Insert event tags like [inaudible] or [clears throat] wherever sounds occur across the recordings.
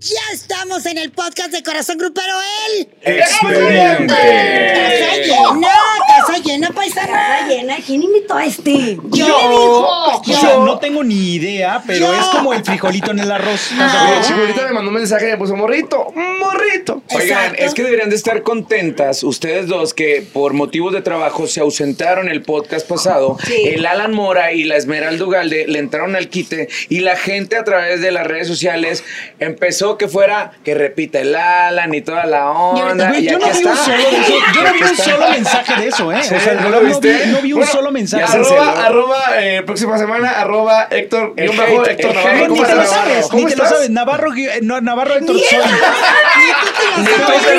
Ya estamos en el podcast de Corazón Grupero, él. Expediente. Casa Oh. llena, casa llena, paisana. Está llena. ¿Quién invitó a este? Yo, O yo. sea, no tengo ni idea, pero es como el frijolito en el arroz. ¿no Ah. Oye, sabes? Chibolita me mandó un mensaje y me puso morrito, morrito. Oigan, Exacto. es que deberían de estar contentas ustedes dos que por motivos de trabajo se ausentaron el podcast pasado. Sí. El Alan Mora y la Esmeralda Ugalde le entraron al quite y la gente a través de las redes sociales empezó que fuera que repita el Alan y toda la onda. Güey, y yo no aquí vi un está. solo, de eso- yo no vi Aquí un está. solo mensaje de eso, ¿eh? Sí, o sea, ¿no lo viste? vi, no vi un Bueno, solo mensaje. ya se encerró. Arroba, arroba, eh, próxima semana, arroba Héctor, El guión bajo hate, Héctor el Navarro. hate. Ni ¿Cómo te lo estás? sabes, ni ¿Cómo te lo estás? sabes. Navarro, Gui- eh, no, Navarro Héctor Soy. [laughs] Entonces,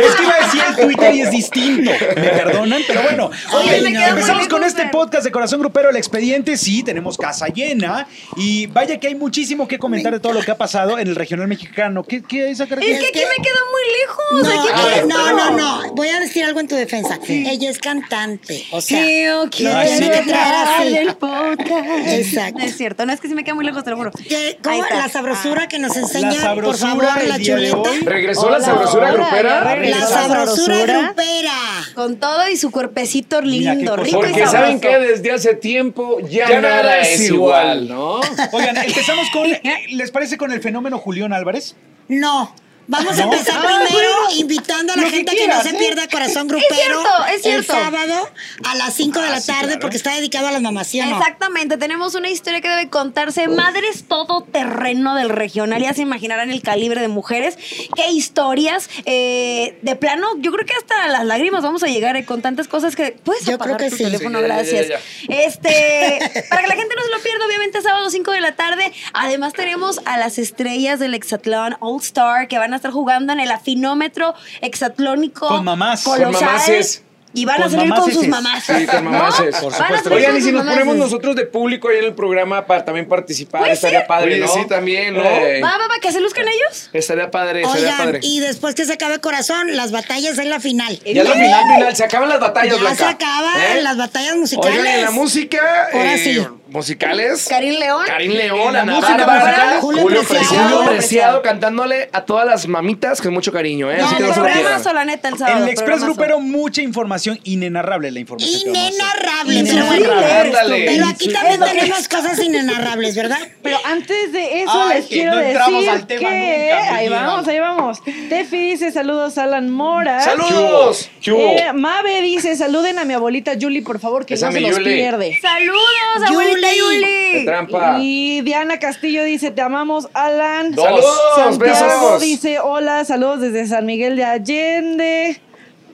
Es que iba a decir el Twitter y es distinto. Me perdonan, pero bueno. Oye, Ok, me queda empezamos muy con bien, este Fer. podcast de Corazón Grupero, el expediente. Sí, tenemos casa llena. Y vaya que hay muchísimo que comentar de todo lo que ha pasado en el regional mexicano. ¿Qué, qué es esa Es que Es aquí que- me queda muy No, lejos. aquí eh, queda- no, no, no. Voy a decir algo en tu defensa. Ella es cantante. O sea, Creo que No, así debo te traer hablar así. del podcast. Exacto. No es cierto. No, es que sí me queda muy lejos, te lo juro. que- Ahí ¿cómo? está. la sabrosura que nos enseña, por sabrosura favor, del la día de chuleta. hoy. Regresó Hola, la sabrosura hola, grupera. ya La regresó. sabrosura sabrosura. grupera. Con todo y su cuerpecito Mira, lindo, qué cosa. rico y Porque sabroso. saben que desde hace tiempo ya, nada es igual, ¿no? Oigan, empezamos [laughs] con. eh, ¿Les parece con el fenómeno Julián Álvarez? No. Vamos a ¿No? empezar Ah, primero bueno. invitando a la Lo que gente que, quieras, no se ¿eh? pierda Corazón Grupero cierto, es cierto. el sábado a las 5 de la tarde porque está dedicado a las mamás, ¿sí o no? Exactamente, tenemos una historia que debe contarse. Madres todo terreno del regional, ya se imaginarán el calibre de mujeres. Qué historias. eh, de plano, yo creo que hasta las lágrimas vamos a llegar eh, con tantas cosas que. ¿Puedes Yo apagar creo que tu sí. teléfono? Sí, ya, ya, ya, Gracias. Este, para que la gente no se lo pierda, obviamente, sábado 5 de la tarde. Además, tenemos a las estrellas del Exatlón All Star que van a estar jugando en el afinómetro exatlónico. Con mamás. Con colosal. mamases. Y van a Con salir con sus mamaseses. Sí, mamás. con ¿No? mamases. Van a supuesto. salir Oigan, con y si sus nos ponemos mamases. nosotros de público ahí en el programa para también participar, Pues estaría sí. padre, Oye, ¿no? sí, también, ¿no? Eh, Va, va, va, que se luzcan ellos. Estaría padre, estaría Oigan, padre. y después que se acabe Corazón, las batallas es la final. Ya la final, final, se acaban las batallas, ya Blanca. se acaban ¿Eh? las batallas musicales. Oigan, y en la música, Ahora eh, sí. musicales. Karim León. Karim León, la Ana música Bárbara, musical, Julio Preciado. Julio Julio Preciado Preciado. cantándole a todas las mamitas con mucho cariño, ¿eh? No, Así que no el se lo pierdan. programazo, la neta, el En sábado. el Express programazo. Grupero, mucha información, inenarrable la información. que vamos a hacer. Inenarrable, pero Insufrible bueno. eres tú, Ándale. Pero Peri. aquí también tenemos cosas inenarrables, ¿verdad? [laughs] Pero antes de eso Ay, les que quiero no entramos decir al tema que nunca, ahí Medina. vamos, ahí vamos. Tefi dice saludos Alan Mora. ¡Saludos! ¿Qué hubo? Eh, Mabe dice saluden a mi abuelita Julie, por favor, que Esa no se mi los Yuli. pierde. Saludos, Yuli. abuelita De Yuli. trampa. Y Diana Castillo dice te amamos Alan. Dos. ¡Saludos! Santiago ¡Besos! dice hola, saludos desde San Miguel de Allende.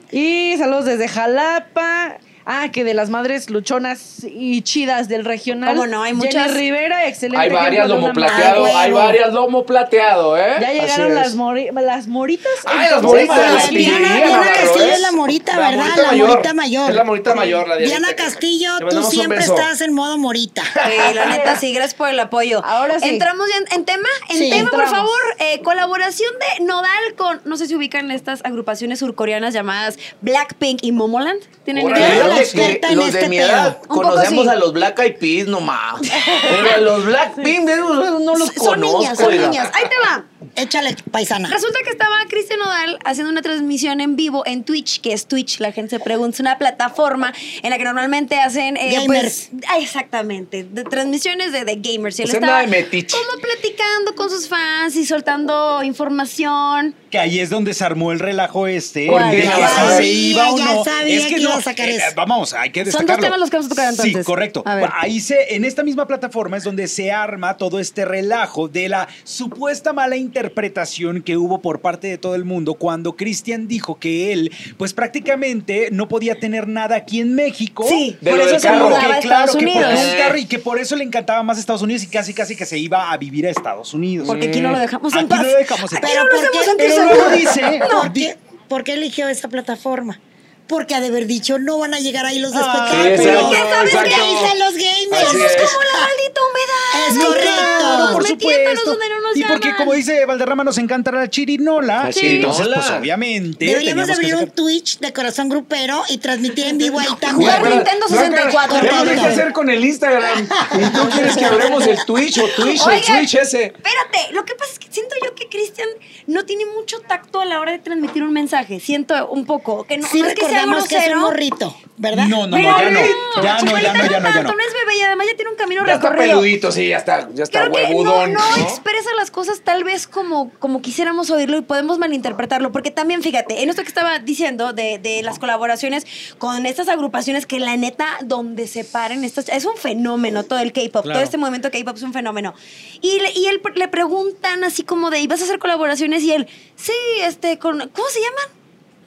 Y saludos desde Jalapa. Ah, que de las madres luchonas y chidas del regional. Cómo no, hay muchas. Jenny Rivera, excelente. Hay varias ejemplo de lomo una plateado, madre. hay varias lomo plateado, ¿eh? Ah, Ya Así llegaron es. las, mori- las moritas. ¡Ay, Entonces, las moritas! Diana- Diana las pillería, Navarro, Castillo ¿eh? es la morita, ¿verdad? La morita mayor. Es la morita mayor, la Dianita. Diana Castillo, Le tú mandamos un siempre beso. estás en modo morita. Sí, la neta, sí, gracias por el apoyo. Ahora sí. Entramos ya en, en tema, en Sí. tema, Entramos. por favor. eh, colaboración de Nodal con, no sé si ubican estas agrupaciones surcoreanas llamadas Blackpink y Momoland. ¿Tienen Órale, idea? yo Las- la experta en este pedo. Un poco sí. los Black Eyed Peas nomás. [laughs] Pero a los Black Eyed Peas no son niñas, son oiga. niñas. Ahí te va. Échale, paisana. Resulta que estaba Cristian Nodal haciendo una transmisión en vivo en Twitch, que es Twitch, la gente se pregunta, es una plataforma en la que normalmente hacen... eh, Gamers. pues, ah, exactamente, de transmisiones de, de gamers. Y él Esa estaba nada de metiche. como platicando con sus fans y soltando información. Que ahí es donde se armó el relajo este. Porque de ya que si sabía, se iba o ya no. eh, sabía que iba a sacar eso. vamos, hay que Son dos destacarlo. temas los que vamos a tocar Sí, entonces. correcto. A ver. Ahí se, en esta misma plataforma es donde se arma todo este relajo de la supuesta mala interpretación que hubo por parte de todo el mundo cuando Cristian dijo que él, pues prácticamente no podía tener nada aquí en México. Sí, De por lo eso del se carro. mudaba Que a claro, Estados que por Unidos. un carro y que por eso le encantaba más Estados Unidos y casi casi que se iba a vivir a Estados Unidos. Porque aquí no lo dejamos en Aquí paz. no lo dejamos en Aquí paz. no Pero lo ¿por hacemos qué? en Pero paz. luego dice, ¿Por, no, di- qué, por qué eligió esa plataforma? Porque ha de haber dicho, no van a llegar ahí los Ah, despecados. sí, pero exacto, ¿qué sabes exacto. que dicen los gamers? Así Es es. como la maldita humedad. Es Ay, correcto. claro, Por me tienen Llámanos esto. donde no nos y porque, llaman. como dice Valderrama, nos encanta la chirinola. La Entonces, chirinola. pues, obviamente. Deberíamos teníamos que abrir sacar- un Twitch de corazón grupero y transmitir en vivo ahí también. Jugar Nintendo 64. Ya lo Nintendo. que hacer con el Instagram. ¿Y [laughs] tú quieres que abramos el Twitch o Twitch o el Oigan, Twitch ese? Espérate, lo que pasa es que siento yo que Cristian no tiene mucho tacto a la hora de transmitir un mensaje. Siento un poco que no, Sí, no es que sea recordamos que es un grosero. morrito, ¿verdad? No, no, no, pero ya no. Ya no, Chupolita, ya no, ya no, ya tanto, no. No es bebé y además ya tiene un camino Ya está recorrido. peludito, sí, ya está, ya está Creo que no, huevudón. no ¿no? expresa las cosas tal vez como, como quisiéramos oírlo y podemos malinterpretarlo, porque también fíjate, en esto que estaba diciendo de, de las colaboraciones con estas agrupaciones que la neta, donde se paren, estas, es un fenómeno todo el K-Pop, Claro. todo este movimiento K-Pop es un fenómeno. Y, le- y él, le preguntan así como de, ¿y vas a hacer colaboraciones? Y él, sí, este, con, ¿cómo se llaman?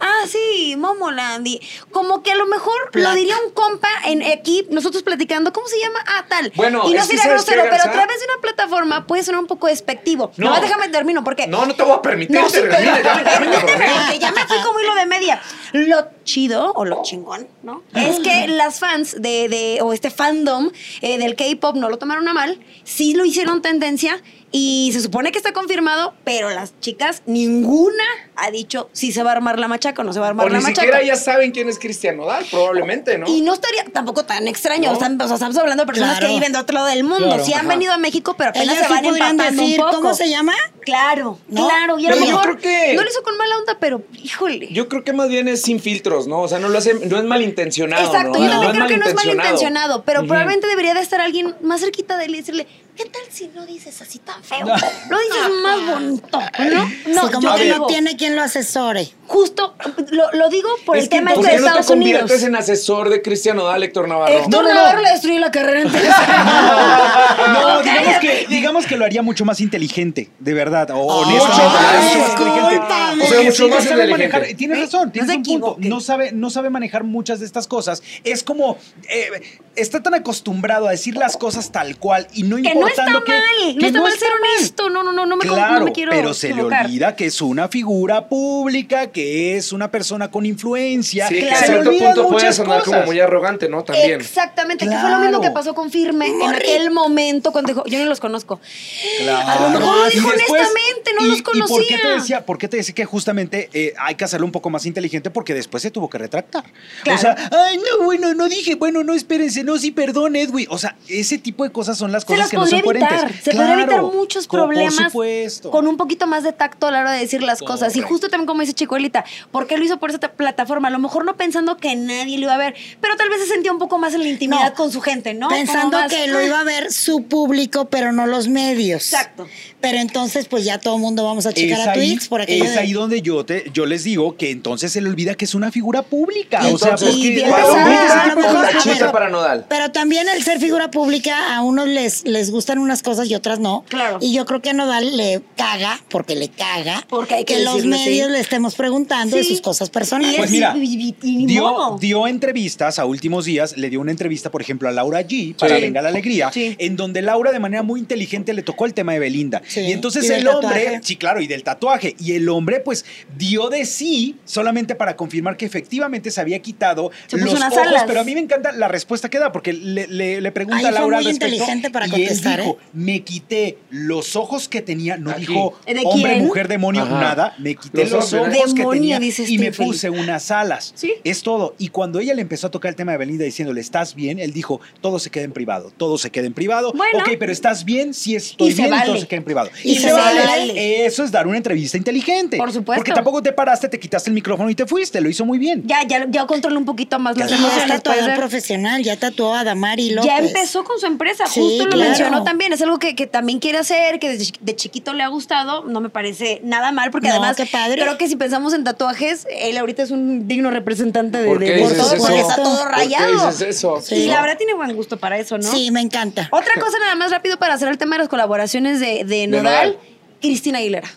Ah, sí, Momoland. y Como que a lo mejor lo Plac. diría un compa en aquí, nosotros platicando, ¿cómo se llama? Ah, tal. Bueno, y no es que sería ¿sabes qué, grosero, pero Garza? otra vez de una plataforma puede sonar un poco despectivo. No. No, déjame termino porque. No, no te voy a permitir, No, te sí, pero- termina, ya me- ya [laughs] me permíteme, cabroné. porque ya me fui como hilo de media. Lo chido o lo chingón, ¿no? Es que las fans de, de- o este fandom eh, del K-pop no lo tomaron a mal, sí lo hicieron tendencia y se supone que está confirmado, pero las chicas ninguna ha dicho si se va a armar la machaca o no se va a armar O la ni machaca. siquiera ya saben quién es Cristian Nodal, probablemente, ¿no? Y no estaría tampoco tan extraño. No. O sea, o sea, estamos hablando de personas Claro. que viven de otro lado del mundo. Claro, sí han ajá. venido a México, pero apenas Ellos se sí van podrían empapando decir, un poco. ¿cómo se llama? Claro, ¿No? claro. Y a lo Pero yo creo mejor que- no lo hizo con mala onda, pero híjole. Yo creo que más bien es sin filtros, ¿no? O sea, no lo hace, no es malintencionado. Exacto, ¿no? yo también creo es que no es malintencionado, pero Ujú. probablemente debería de estar alguien más cerquita de él y decirle, ¿qué tal si no dices así tan feo? Lo dices más bonito, ¿no? No, Sí, como yo que digo, no tiene quien lo asesore. justo, lo, lo digo por Es el que tema este ¿por de qué no Estados te conviertes Unidos. en asesor de Cristian Nodal, Héctor Navarro? Héctor Navarro le destruyó la carrera entera. [laughs] [laughs] [laughs] No, digamos Cállate. Oh, que, digamos que lo haría mucho más inteligente, de verdad. Oh, O honesto. mucho más discúlpame. O sea, mucho más sabe inteligente. manejar. Tienes razón, tienes Eh, se un punto. equivoquen. No sabe, no sabe manejar muchas de estas cosas. Es como. eh, está tan acostumbrado a decir las cosas tal cual y no Que no está importando mal, que. no que está mal está ser mal. honesto, no, no, no, no me, con- no me Claro, quiero pero se le equivocar. olvida que es una figura pública, que es una persona con influencia. Sí, que Se a le cierto olvidan punto puede muchas sonar como cosas. muy arrogante, ¿no? También. Exactamente, que fue lo mismo que pasó con Firme en aquel momento cuando dijo, yo no los conozco. Claro. A lo mejor lo Y dijo honestamente, no los ¿Y por qué te conocía. decía, por qué te decía que justamente eh, hay que hacerlo un poco más inteligente? Porque después se tuvo que retractar. Claro. O sea, ay, no, bueno, no dije, bueno, no, espérense, no, sí, perdón, Edwin. O sea, ese tipo de cosas son las Se cosas las que no son podría evitar. coherentes. Se podría evitar Claro, muchos co- por problemas supuesto. con un poquito más de tacto a la hora de decir las cosas. Y Correcto. justo también como dice Chicuelita, ¿por qué lo hizo por esa ta- plataforma? A lo mejor no pensando que nadie lo iba a ver, pero tal vez se sentía un poco más en la intimidad No, con su gente, ¿no? Pensando Como más, que lo "Ah, iba a ver su público, pero no los medios. Exacto. Pero entonces, pues ya todo el mundo vamos a checar Es a ahí, Twitch por aquello es de- ahí donde yo te, yo les digo que entonces se le olvida que es una figura pública. Y o sea, entonces- porque y bien Palomita, pesada, ese tipo a lo de mejor, tachita pero- para Nodal. Pero también el ser figura pública, a unos les, les gustan unas cosas y otras no. Claro. Y yo creo que a Nodal le caga, porque le caga, Porque hay que los decirlo así. medios le estemos preguntando de Sí. sus cosas personales. Pues Sí, mira, y- y- y ni dio, modo. dio entrevistas a últimos días, le dio una entrevista, por ejemplo, a Laura G para Sí. Venga la Alegría, Sí. en donde Laura de manera muy inteligente le tocó el tema de Belinda. Sí. Y entonces Y del el hombre, tatuaje. sí, claro, y del tatuaje, y el hombre pues dio de sí solamente para confirmar que efectivamente se había quitado Se puso los unas ojos, alas. pero a mí me encanta la respuesta que da, porque le, le- le pregunta Ahí a fue Laura muy al respecto, inteligente para y contestar, él dijo, ¿eh? me quité los ojos que tenía, no Aquí. dijo ¿De hombre, quién? mujer, demonio, Ajá. nada, me quité Los los, ojos, ojos ¿verdad? que Demonio, tenía dice y me Steffi. puse unas alas. Sí. Es todo. Y cuando ella le empezó a tocar el tema de Belinda diciéndole, ¿estás bien? Él dijo, todo se queda en privado, todo se queda en privado. Bueno. Ok, pero ¿estás bien? Sí estoy Y se bien, vale. todo se queda en privado. Y se vale. Eso es dar una entrevista inteligente. Por supuesto. Porque tampoco te paraste, te quitaste el micrófono y te fuiste. Lo hizo muy bien. Ya, ya, ya controló un poquito más las Ya es emociones. puede tatuador ser. profesional, ya tatuó a Damari López. Ya empezó con su empresa, Sí, justo lo claro. mencionó también. Es algo que, que también quiere hacer, que desde chi- de chiquito le ha gustado. No me parece nada mal, porque No, además qué padre. creo que si pensamos en tatuajes, él ahorita es un digno representante de, ¿Por de- qué de dices todo, eso? porque está todo ¿Por qué rayado. dices eso? Sí. Y la verdad tiene buen gusto para eso, ¿no? Sí, me encanta. Otra cosa nada más rápido para hacer el tema de las colaboraciones de, de Nodal. Nodal, Cristina Aguilera.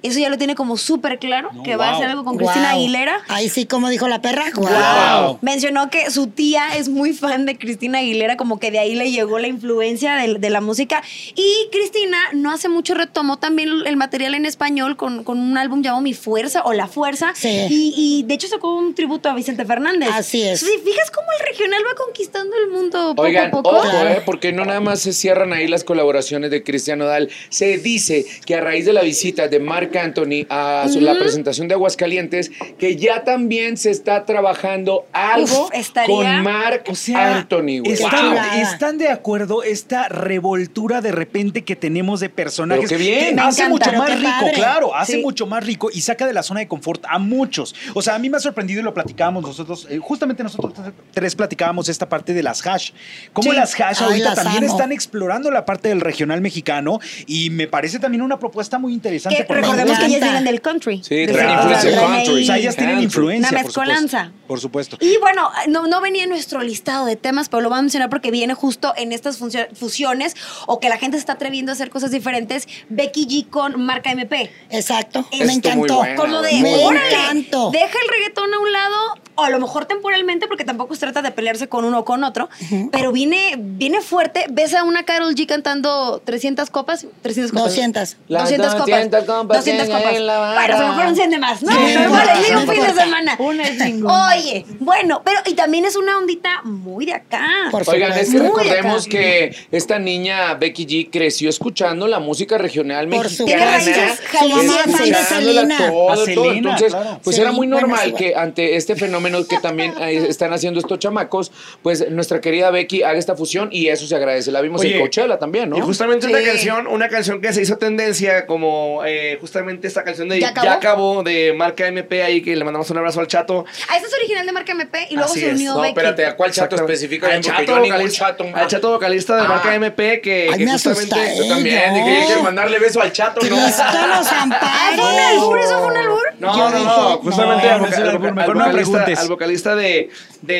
Eso ya lo tiene como súper claro, No, que va a wow. hacer algo con Cristina Guau. Aguilera. Ahí sí, como dijo la perra. Guau. Wow. Mencionó que su tía es muy fan de Cristina Aguilera, como que de ahí le llegó la influencia del- de, la música. Y Cristina no hace mucho retomó también el material en español con, con un álbum llamado Mi Fuerza o La Fuerza. Sí. Y, y de hecho sacó un tributo a Vicente Fernández. Así es. Si fijas cómo el regional va conquistando el mundo poco Oigan, a poco. ojo, eh, porque no nada más se cierran ahí las colaboraciones de Cristian Nodal. Se dice que a raíz de la visita de Marc Anthony a su- la presentación de Aguascalientes, que ya también se está trabajando algo Uf, estaría- con Marc O sea, Anthony, güey. ¿están, Wow. están de acuerdo esta revoltura de repente que tenemos de personajes? Pero qué bien. Que Me hace encanta, mucho pero más qué rico, padre. claro, hace Sí. mucho más rico y saca de la zona de confort a muchos. O sea, a mí me ha sorprendido y lo platicábamos nosotros, eh, justamente nosotros tres platicábamos esta parte de las hash. Cómo Sí. las hash Ay, ahorita las también amo. están explorando la parte del regional mexicano y me parece también una propuesta muy interesante. Que por parte recordemos recordemos de- que ellas encanta. vienen del country. Sí, de traen San influencia Francisco, country. vienen O sea, ellas tienen Country. influencia. Una por supuesto. mezcolanza. Por supuesto. Y bueno, no, no venía en nuestro listado de temas, pero lo voy a mencionar porque viene justo en estas funcio- fusiones o que la gente se está atreviendo a hacer cosas diferentes. Becky G con marca MP. Exacto. Esto me muy encantó. bueno. Como de, me órale, encantó. deja el reggaetón a un lado, o a lo mejor temporalmente, porque tampoco se trata de pelearse con uno o con otro, pero viene, viene fuerte. Ves a una Carol G cantando 300 copas, 300 copas. 200. Las 200 copas. 200 copas 200 tienen copas. ahí en la barra. Bueno, se me fueron 100 de más. No, Sí, pero no vale, importa, llega no un fin de importa. semana. Una es ninguna. Oye, bueno, pero y también es una ondita muy de acá. Por Oigan, es que Muy acá. recordemos que esta niña Becky G creció escuchando la música regional Por mexicana. supuesto. Tiene raíces jaliscienses. escuchándola Fan de Selena. todo, A todo. Selena, Entonces, claro. pues Sí, era muy bueno, sí normal va. que ante este fenómeno que también eh, están haciendo estos chamacos, pues nuestra querida Becky haga esta fusión y eso se agradece. La vimos Oye, en Coachella también, ¿no? Y justamente una Sí. canción, una canción que se hizo tendencia, como eh, justamente esta canción de ¿Ya acabó? acabó, de marca MP, ahí que le mandamos un abrazo al chato. Ah, esta es original de marca MP y luego Así se es. unió No, Becky. espérate, ¿a cuál chato Exactamente. específica? Al chato, vocalista, al chato vocalista de Ah. marca MP que, Ay, que me justamente asusta, ¿eh? Yo también, No. dije, yo quiero mandarle beso al chato, ¿no? Cristo los Ay, ¿Fue un ampare. albur? ¿Eso fue un albur? No, Yo no, dije, no, justamente no, al, no es voca- el al albur, voca- mejor al no me vocalista, preguntes. al vocalista de,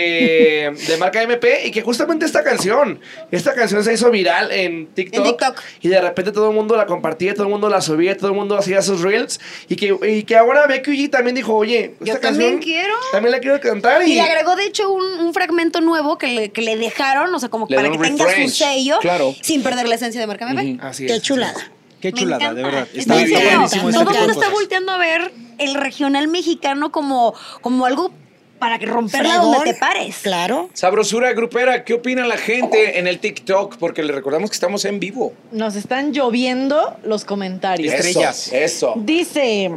de, de marca MP y que justamente esta canción, esta canción se hizo viral en TikTok, En TikTok. y de repente todo el mundo la compartía, todo el mundo la subía, todo el mundo hacía sus reels y que, y que ahora Becky G también dijo, oye, esta Yo canción también quiero. también la quiero cantar Y y, le agregó, de hecho, un, un fragmento nuevo que le, que le dejaron, o sea, como Le para dio que un tenga su refresh, sello claro. sin perder la esencia de marca MP. así es, Qué así es. chulada. Qué Me chulada, de encanta. verdad. Es Está muy bien, bueno. buenísimo este Todo el tipo de mundo está cosas. volteando a ver el regional mexicano como, como algo para que romperla donde Fregón. te pares. Claro. Sabrosura grupera, ¿qué opina la gente en el TikTok? Porque le recordamos que estamos en vivo. Nos están lloviendo los comentarios. Estrellas. Eso. eso. Dice.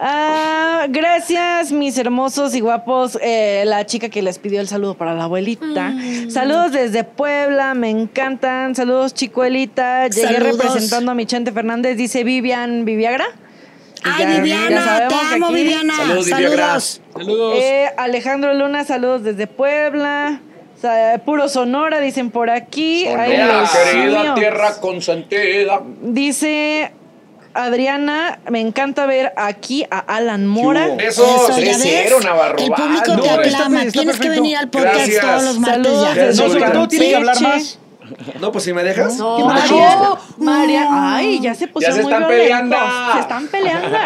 "Ah, gracias, mis hermosos y guapos. eh, la chica que les pidió el saludo para la abuelita. Saludos desde Puebla, me encantan. Saludos, chicuelita. Llegué Saludos. representando a mi Chente Fernández, dice Vivian Viviagra. Y Ay, ya- ya Viviana, te sabemos que amo, aquí- Viviana. Saludos, Viviana. Saludos. Saludos. Eh, Alejandro Luna, saludos desde Puebla. Sa- Puro Sonora, dicen por aquí. Ay, Sonora, Dios querida mío. tierra consentida. Dice Adriana, me encanta ver aquí a Alan Mora. ¿Qué hubo? Eso, Eso, le ya ves. hicieron, Navarro. Ah, El público No, te está aclama. perfecto, Tienes está que perfecto. venir al podcast Gracias. todos los martes ya. Saludos desde No, sobre Campeche. todo tiene que hablar más. No, pues si me dejas. No, ¿Qué me dejas? Mariana, Mariana, ay, ya se pusieron se muy están violentos. peleando. Se están [laughs] peleando.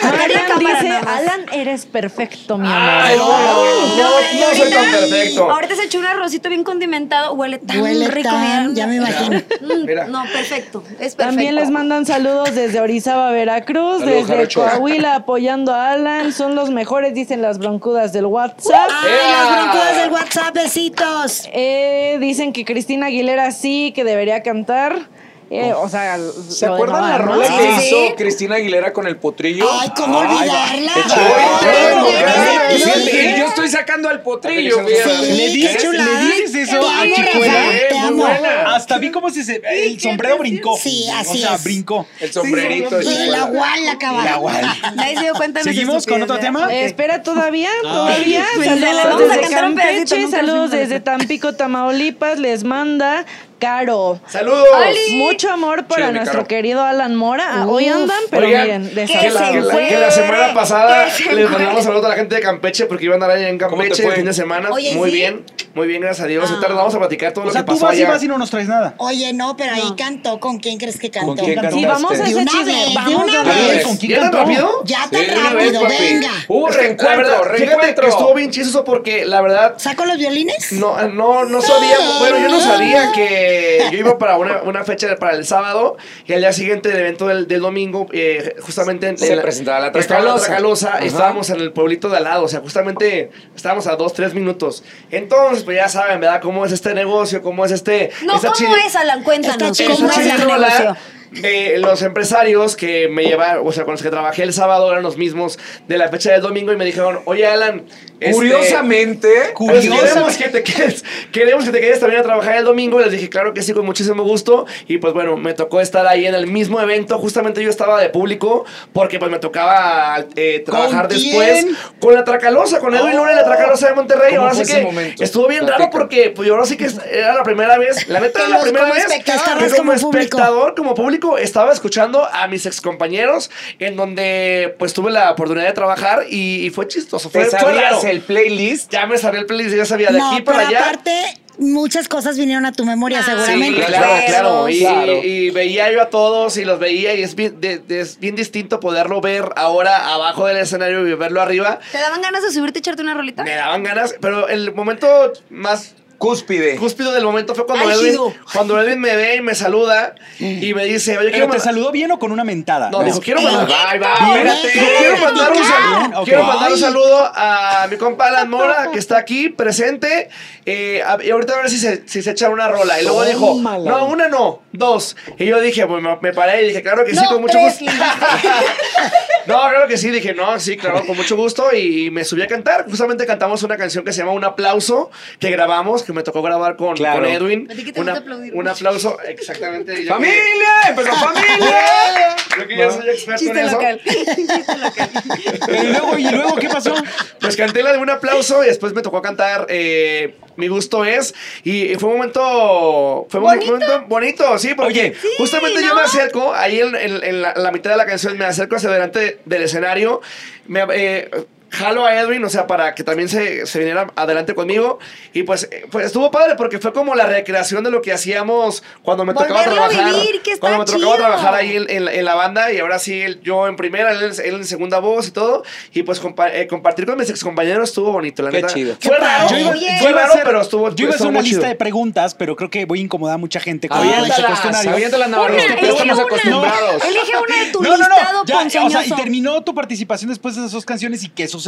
Cámara Marian dice, nada más. Alan, eres perfecto, mi amor. Ay, no, no, no, no soy tan perfecto. Ahorita se echó un arrocito bien condimentado. Huele tan Huele rico. tan, mira. ya me imagino. Mm, Mira. No, perfecto. Es perfecto. También les mandan saludos desde Orizaba, Veracruz, Saludos, desde Jarocho. Coahuila, apoyando a Alan. Son los mejores, dicen las broncudas del WhatsApp. Ay, las broncudas del WhatsApp, besitos. Eh, dicen que Cristina Aguilera sí, que debería cantar. Eh, o sea, ¿Se acuerdan la rola rola? que Sí, sí. hizo Cristina Aguilera con el potrillo? Ay, ¿cómo olvidarla? qué chulo. Ay, Bueno, no, claro, no, fíjate, no, no. Yo estoy sacando al potrillo. Sí, fíjate. ¿Le Sí, dices, qué chulada. le dices eso Te a amo, Chicuela? Rafael, te Muy amo. buena. Hasta vi cómo se, se- el sombrero brincó. Sí, así O sea, es. brincó. El sombrerito. Y el agual la cabana. La guay. Nadie se dio cuenta de mis ¿Seguimos con otro estupideces, tema? ¿verdad? Eh, espera, todavía, Ah. todavía. Pues, Saludos le vamos a desde cantar un pedacito, Campeche, nunca saludos se me desde Tampico, Tamaulipas. Les manda Caro. ¡Saludos! ¡Oli! Mucho amor para Chido, mi nuestro Caro. querido Alan Mora. Ah, Hoy Uf. andan, pero Oigan, miren, de que Que salsa. la, se que la- encuere, que la semana pasada que se le encuere. mandamos saludos a la gente de Campeche porque iban a andar allá en ¿Cómo te Campeche fue? el fin de semana. Oye, muy ¿sí? bien, muy bien, gracias a Dios. Ah. Ahorita les vamos a platicar todo O lo sea, que tú pasó vas y allá. vas y no nos traes nada. Oye, no, pero ahí No. cantó. ¿Con quién crees que cantó? ¿Con quién cantó? cantaste? Sí, vamos a De ese una chisme. vez, de Vamos una a vez. ver. ¿Con quién ¿Ya tan cantó? rápido? Ya tan Sí, de una vez, rápido, papi. venga. Hubo Es Uh, que, la reencuentro, verdad, Fíjate que reencuentro. estuvo bien chistoso porque la verdad ¿Saco los violines? No, ah, no, no sabía. Bueno, yo no sabía que yo iba para una, una fecha para el sábado y al día siguiente del evento del, del domingo, eh, justamente en, Se en presentaba la estaba la Tracalosa. Tracalosa, Ajá. estábamos en el pueblito de al lado, o sea, justamente estábamos a dos, tres minutos. Entonces, pues ya saben, ¿verdad? ¿Cómo es este negocio? ¿Cómo es este. No, esta ¿cómo chi- es, Alan? Cuéntanos. Está ¿Cómo chido. es el Chistola, negocio? eh, los empresarios que me llevaron, o sea, con los que trabajé el sábado eran los mismos de la fecha del domingo y me dijeron, oye Alan, este, Curiosamente, pues Curiosa. queremos que te quedes, queremos que te quedes también a trabajar el domingo. Les dije, claro que sí, con muchísimo gusto. Y pues bueno, me tocó estar ahí en el mismo evento. Justamente yo estaba de público porque pues me tocaba eh, trabajar ¿Con después quién? con la Tracalosa, con Edwin Luna, y la Tracalosa de Monterrey. Oh, ¿Cómo Ahora fue sí ese que momento? estuvo bien raro Platícame. porque pues yo ahora sí que es- era la primera vez, la neta Que era la los- primera como vez espectador, que es como como público. espectador, como público, estaba escuchando a mis excompañeros en donde pues tuve la oportunidad de trabajar y, y fue chistoso. Fue, ¿te fue sabías raro. el playlist? Ya me sabía el playlist, ya sabía de no, aquí para pero allá. aparte, muchas cosas vinieron a tu memoria, Ah, seguramente. Sí, claro, Recuerdos. claro. Y, Claro. y veía yo a todos y los veía y es bien, de- de- es bien distinto poderlo ver ahora abajo del escenario y verlo arriba. ¿Te daban ganas de subirte y echarte una rolita? Me daban ganas, pero el momento más Cúspide. cúspido del momento fue cuando Edwin, Álgido. cuando Edwin me ve y me saluda y me dice, oye, quiero ¿Pero te mandar... saludó bien o con una mentada? No, dijo, quiero mandar... Bye, Quiero- bye. espérate. Quiero mandar un saludo. Ok. Quiero mandar un saludo a mi compa Alan Mora, que está aquí presente. Eh, a- y ahorita a ver si se, si se echa una rola. Y luego dijo, Tómala. no, una no, dos. Y yo dije, pues me, me paré y dije, claro que sí, No, con mucho tres, gusto. [laughs] no, claro que sí, dije, no, sí, claro, con mucho gusto. Y me subí a cantar. Justamente cantamos una canción que se llama Un aplauso, que grabamos, que me tocó grabar con, Claro. con Edwin. ¿A ti qué te gusta Una- aplaudir? un aplauso, exactamente. y yo que- ¡Familia! ¡Empezó familia! Yo que ya soy experto en Chiste eso. local. Chiste local. Pero ¿y luego, ¿y luego qué pasó? Pues canté la de un aplauso y después me tocó cantar eh, Mi gusto es. Y, y fue un momento. Fue un Bonito. momento bonito, sí, porque Oye, Sí, justamente yo ¿no? me acerco, ahí en, en- en la, la mitad de la canción me acerco hacia delante del escenario. Me. eh, Jalo a Edwin, o sea, para que también se, se viniera adelante conmigo. Y pues, eh, pues estuvo padre porque fue como la recreación de lo que hacíamos cuando me tocaba Volverlo a trabajar. vivir, que está cuando me tocaba chido. trabajar ahí en, en la- en la banda y ahora sí él- yo en primera, él, en- él en segunda voz y todo. Y pues compa- eh, compartir con mis excompañeros estuvo bonito, la Qué neta. chido. Fue raro, Yo iba, Oye, yo fue iba a raro, hacer- pero estuvo Yo iba a hacer estuvo una muy chido. lista de preguntas, pero creo que voy a incomodar a mucha gente con este Aviéntalas, cuestionario. aviéntalas, Navarro. Una, que elige estamos una. acostumbrados. Elige una de tu No, no, no. listado ya, o sea, y ponzoñoso. terminó tu participación después de esas dos canciones y qué sucedió.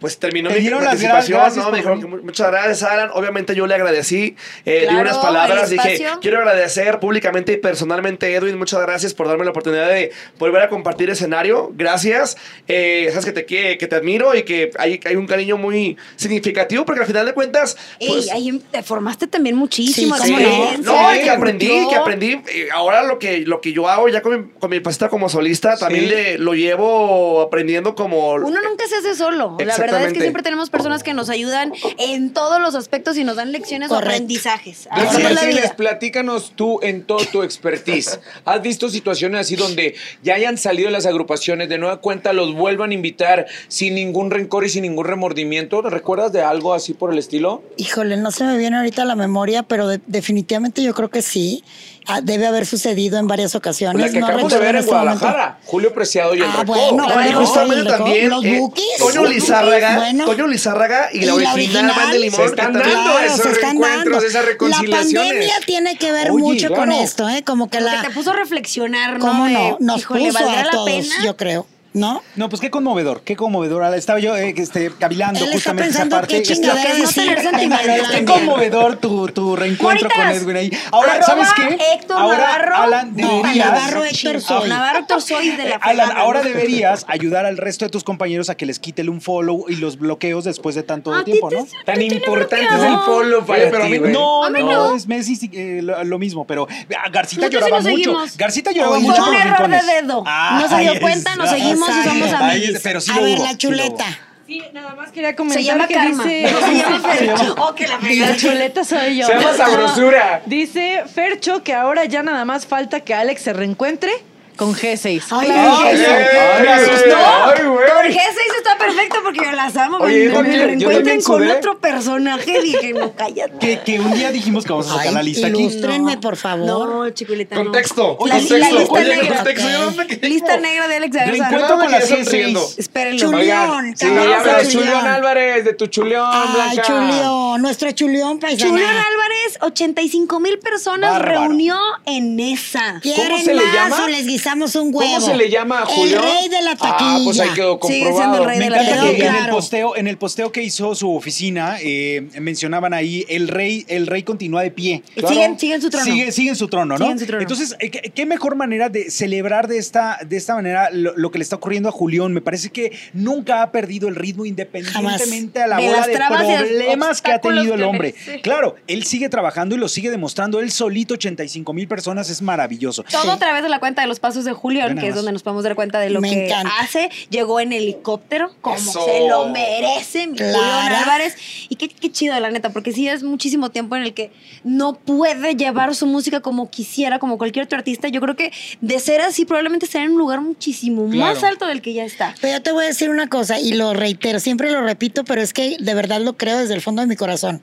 Pues terminó Te mi dieron las participación, gracias ¿no? por Me dijeron que venir. mu- muchas gracias, Alan. Obviamente yo le agradecí, eh, di Claro, unas palabras, el dije, espacio. quiero agradecer públicamente y personalmente, Edwin, muchas gracias por darme la oportunidad de volver a compartir escenario. Gracias. Eh, sabes que te, que, que te admiro y que hay, hay un cariño muy significativo porque al final de cuentas... Ey, pues, ahí te formaste también muchísimo. Sí, Sí, ¿Cómo no? experiencia. no, y que aprendí, No. que aprendí. eh, Ahora lo que, lo que yo hago ya con mi, con mi pasita como solista, también le- lo llevo aprendiendo como... Uno nunca se hace solo. La verdad es que Exactamente. siempre tenemos personas que nos ayudan en todos los aspectos y nos dan lecciones o Correcto. aprendizajes. Ah, Gracias, pues Así es la Ángeles, vida. platícanos tú en todo tu expertise. ¿Has visto situaciones así donde ya hayan salido las agrupaciones, de nueva cuenta los vuelvan a invitar sin ningún rencor y sin ningún remordimiento? ¿Te ¿Recuerdas de algo así por el estilo? Híjole, no se me viene ahorita a la memoria, pero de- definitivamente yo creo que sí. Ah, debe haber sucedido en varias ocasiones. Pues la que no acabamos de recuerdo ver en este momento. Guadalajara, Julio Preciado y el Ah, Recodo. bueno, Oye, Claro, y José justamente Luzarraga, también los eh, Bukis. Toño Los Lizárraga, Bukis, bueno. Toño Lizárraga y, la original, Van de Limón. Se están que también- dando esos se están reencuentros, dando. esas reconciliaciones. La pandemia tiene que ver Oye, mucho con claro. esto, ¿eh? Como que Como la... que te puso a reflexionar, ¿no? ¿Cómo De, no? Nos híjole, puso ¿valdrá a la todos, pena? yo creo, ¿no? No, pues qué conmovedor, qué conmovedor. Estaba yo eh, este, cavilando Él está justamente esa pensando parte. qué Este, [laughs] chingada que es no tener sentimientos. Qué También. conmovedor tu, tu reencuentro con Moritas. Edwin ahí. Ahora, Arroba ¿sabes qué? Héctor Ahora, Navarro. Alan, No, deberías... Navarro Héctor soy. Navarro [laughs] Héctor soy Ah, de la Eh, Alan, fregada, ahora ¿no? deberías ayudar al resto de tus compañeros a que les quite el unfollow y los bloqueos después de tanto tiempo, ¿no? Tan importante bloqueado. es el follow para pero a ti, mí güey. No, A mí no, no. es Messi sí, eh, lo, lo mismo, pero a Garcita Nosotros lloraba sí nos mucho. seguimos. Garcita lloraba Oye, mucho. fue por un los error de rincones. dedo. No se dio ahí cuenta, nos está. seguimos y somos Ahí amiguis. está, Pero sí a lo ver, hubo, la sí lo hubo. chuleta. Sí, nada más quería comentar Se llama que karma. dice... [laughs] No, [laughs] se [laughs] llama Fercho. Oh, que la La fregaste. chuleta soy yo. Se llama sabrosura. Dice Fercho que ahora ya nada más falta que Alex se reencuentre con G6. Ay, Ay, eso. ay, me asustó. Ay, Con güey. G6 está perfecto porque yo las amo. Oye, yo Cuando me también- yo también reencuentren con sudé. otro personaje, dije, no, cállate. Que, que un día dijimos que vamos a sacar la lista aquí. Ilústrenme, por favor. No, chiculeta, no. Contexto. La, contexto. la lista Oye, negra. contexto. Yo no me Ok. Lista negra de Alex Reencuentro Garza. Nada con que la ya están riendo. C6. Espérenlo. Chuli- Oigan, Chulión, sí, cabrón, habla de Chulión. Chulión Álvarez, de tu Chulión, Ay, Blanca. chulión, nuestro chulión paisano. Julián Álvarez, 85 mil personas Bárbaro. reunió en esa. ¿Quieren se le más llama? o les guisamos un huevo? ¿Cómo se le llama a Julián? El rey de la taquilla. Ah, pues ahí quedó Sigue comprobado. siendo el rey Me de la encanta que taquilla. en, el Claro. posteo, en el posteo que hizo su oficina eh, mencionaban ahí el rey, el rey continúa de pie. Claro. Siguen, siguen su trono. Sigue, sigue en su trono, ¿no? Sigue en su trono. Entonces, eh, ¿qué, qué mejor manera de celebrar de esta, de esta manera lo, lo que le está ocurriendo a Julián? Me parece que nunca ha perdido el ritmo independientemente a la De bola las de trabas y los problemas que ha obstáculos tenido el que hombre. merece. Claro, él sigue trabajando y lo sigue demostrando. Él solito, 85 mil personas, es maravilloso. Todo a través de la cuenta de los pasos de Ve Julián, nada que es más. donde nos podemos dar cuenta de lo Me que encanta. hace. Llegó en helicóptero, como Eso. se lo merece mi Clara. Julián Álvarez. Y qué, qué chido, la neta, porque sí es muchísimo tiempo en el que no puede llevar su música como quisiera, como cualquier otro artista. Yo creo que de ser así, probablemente será en un lugar muchísimo más alto del que ya está. Pero yo te voy a decir una cosa y lo reitero, siempre lo repito, pero es que de verdad lo creo desde el fondo de mi corazón.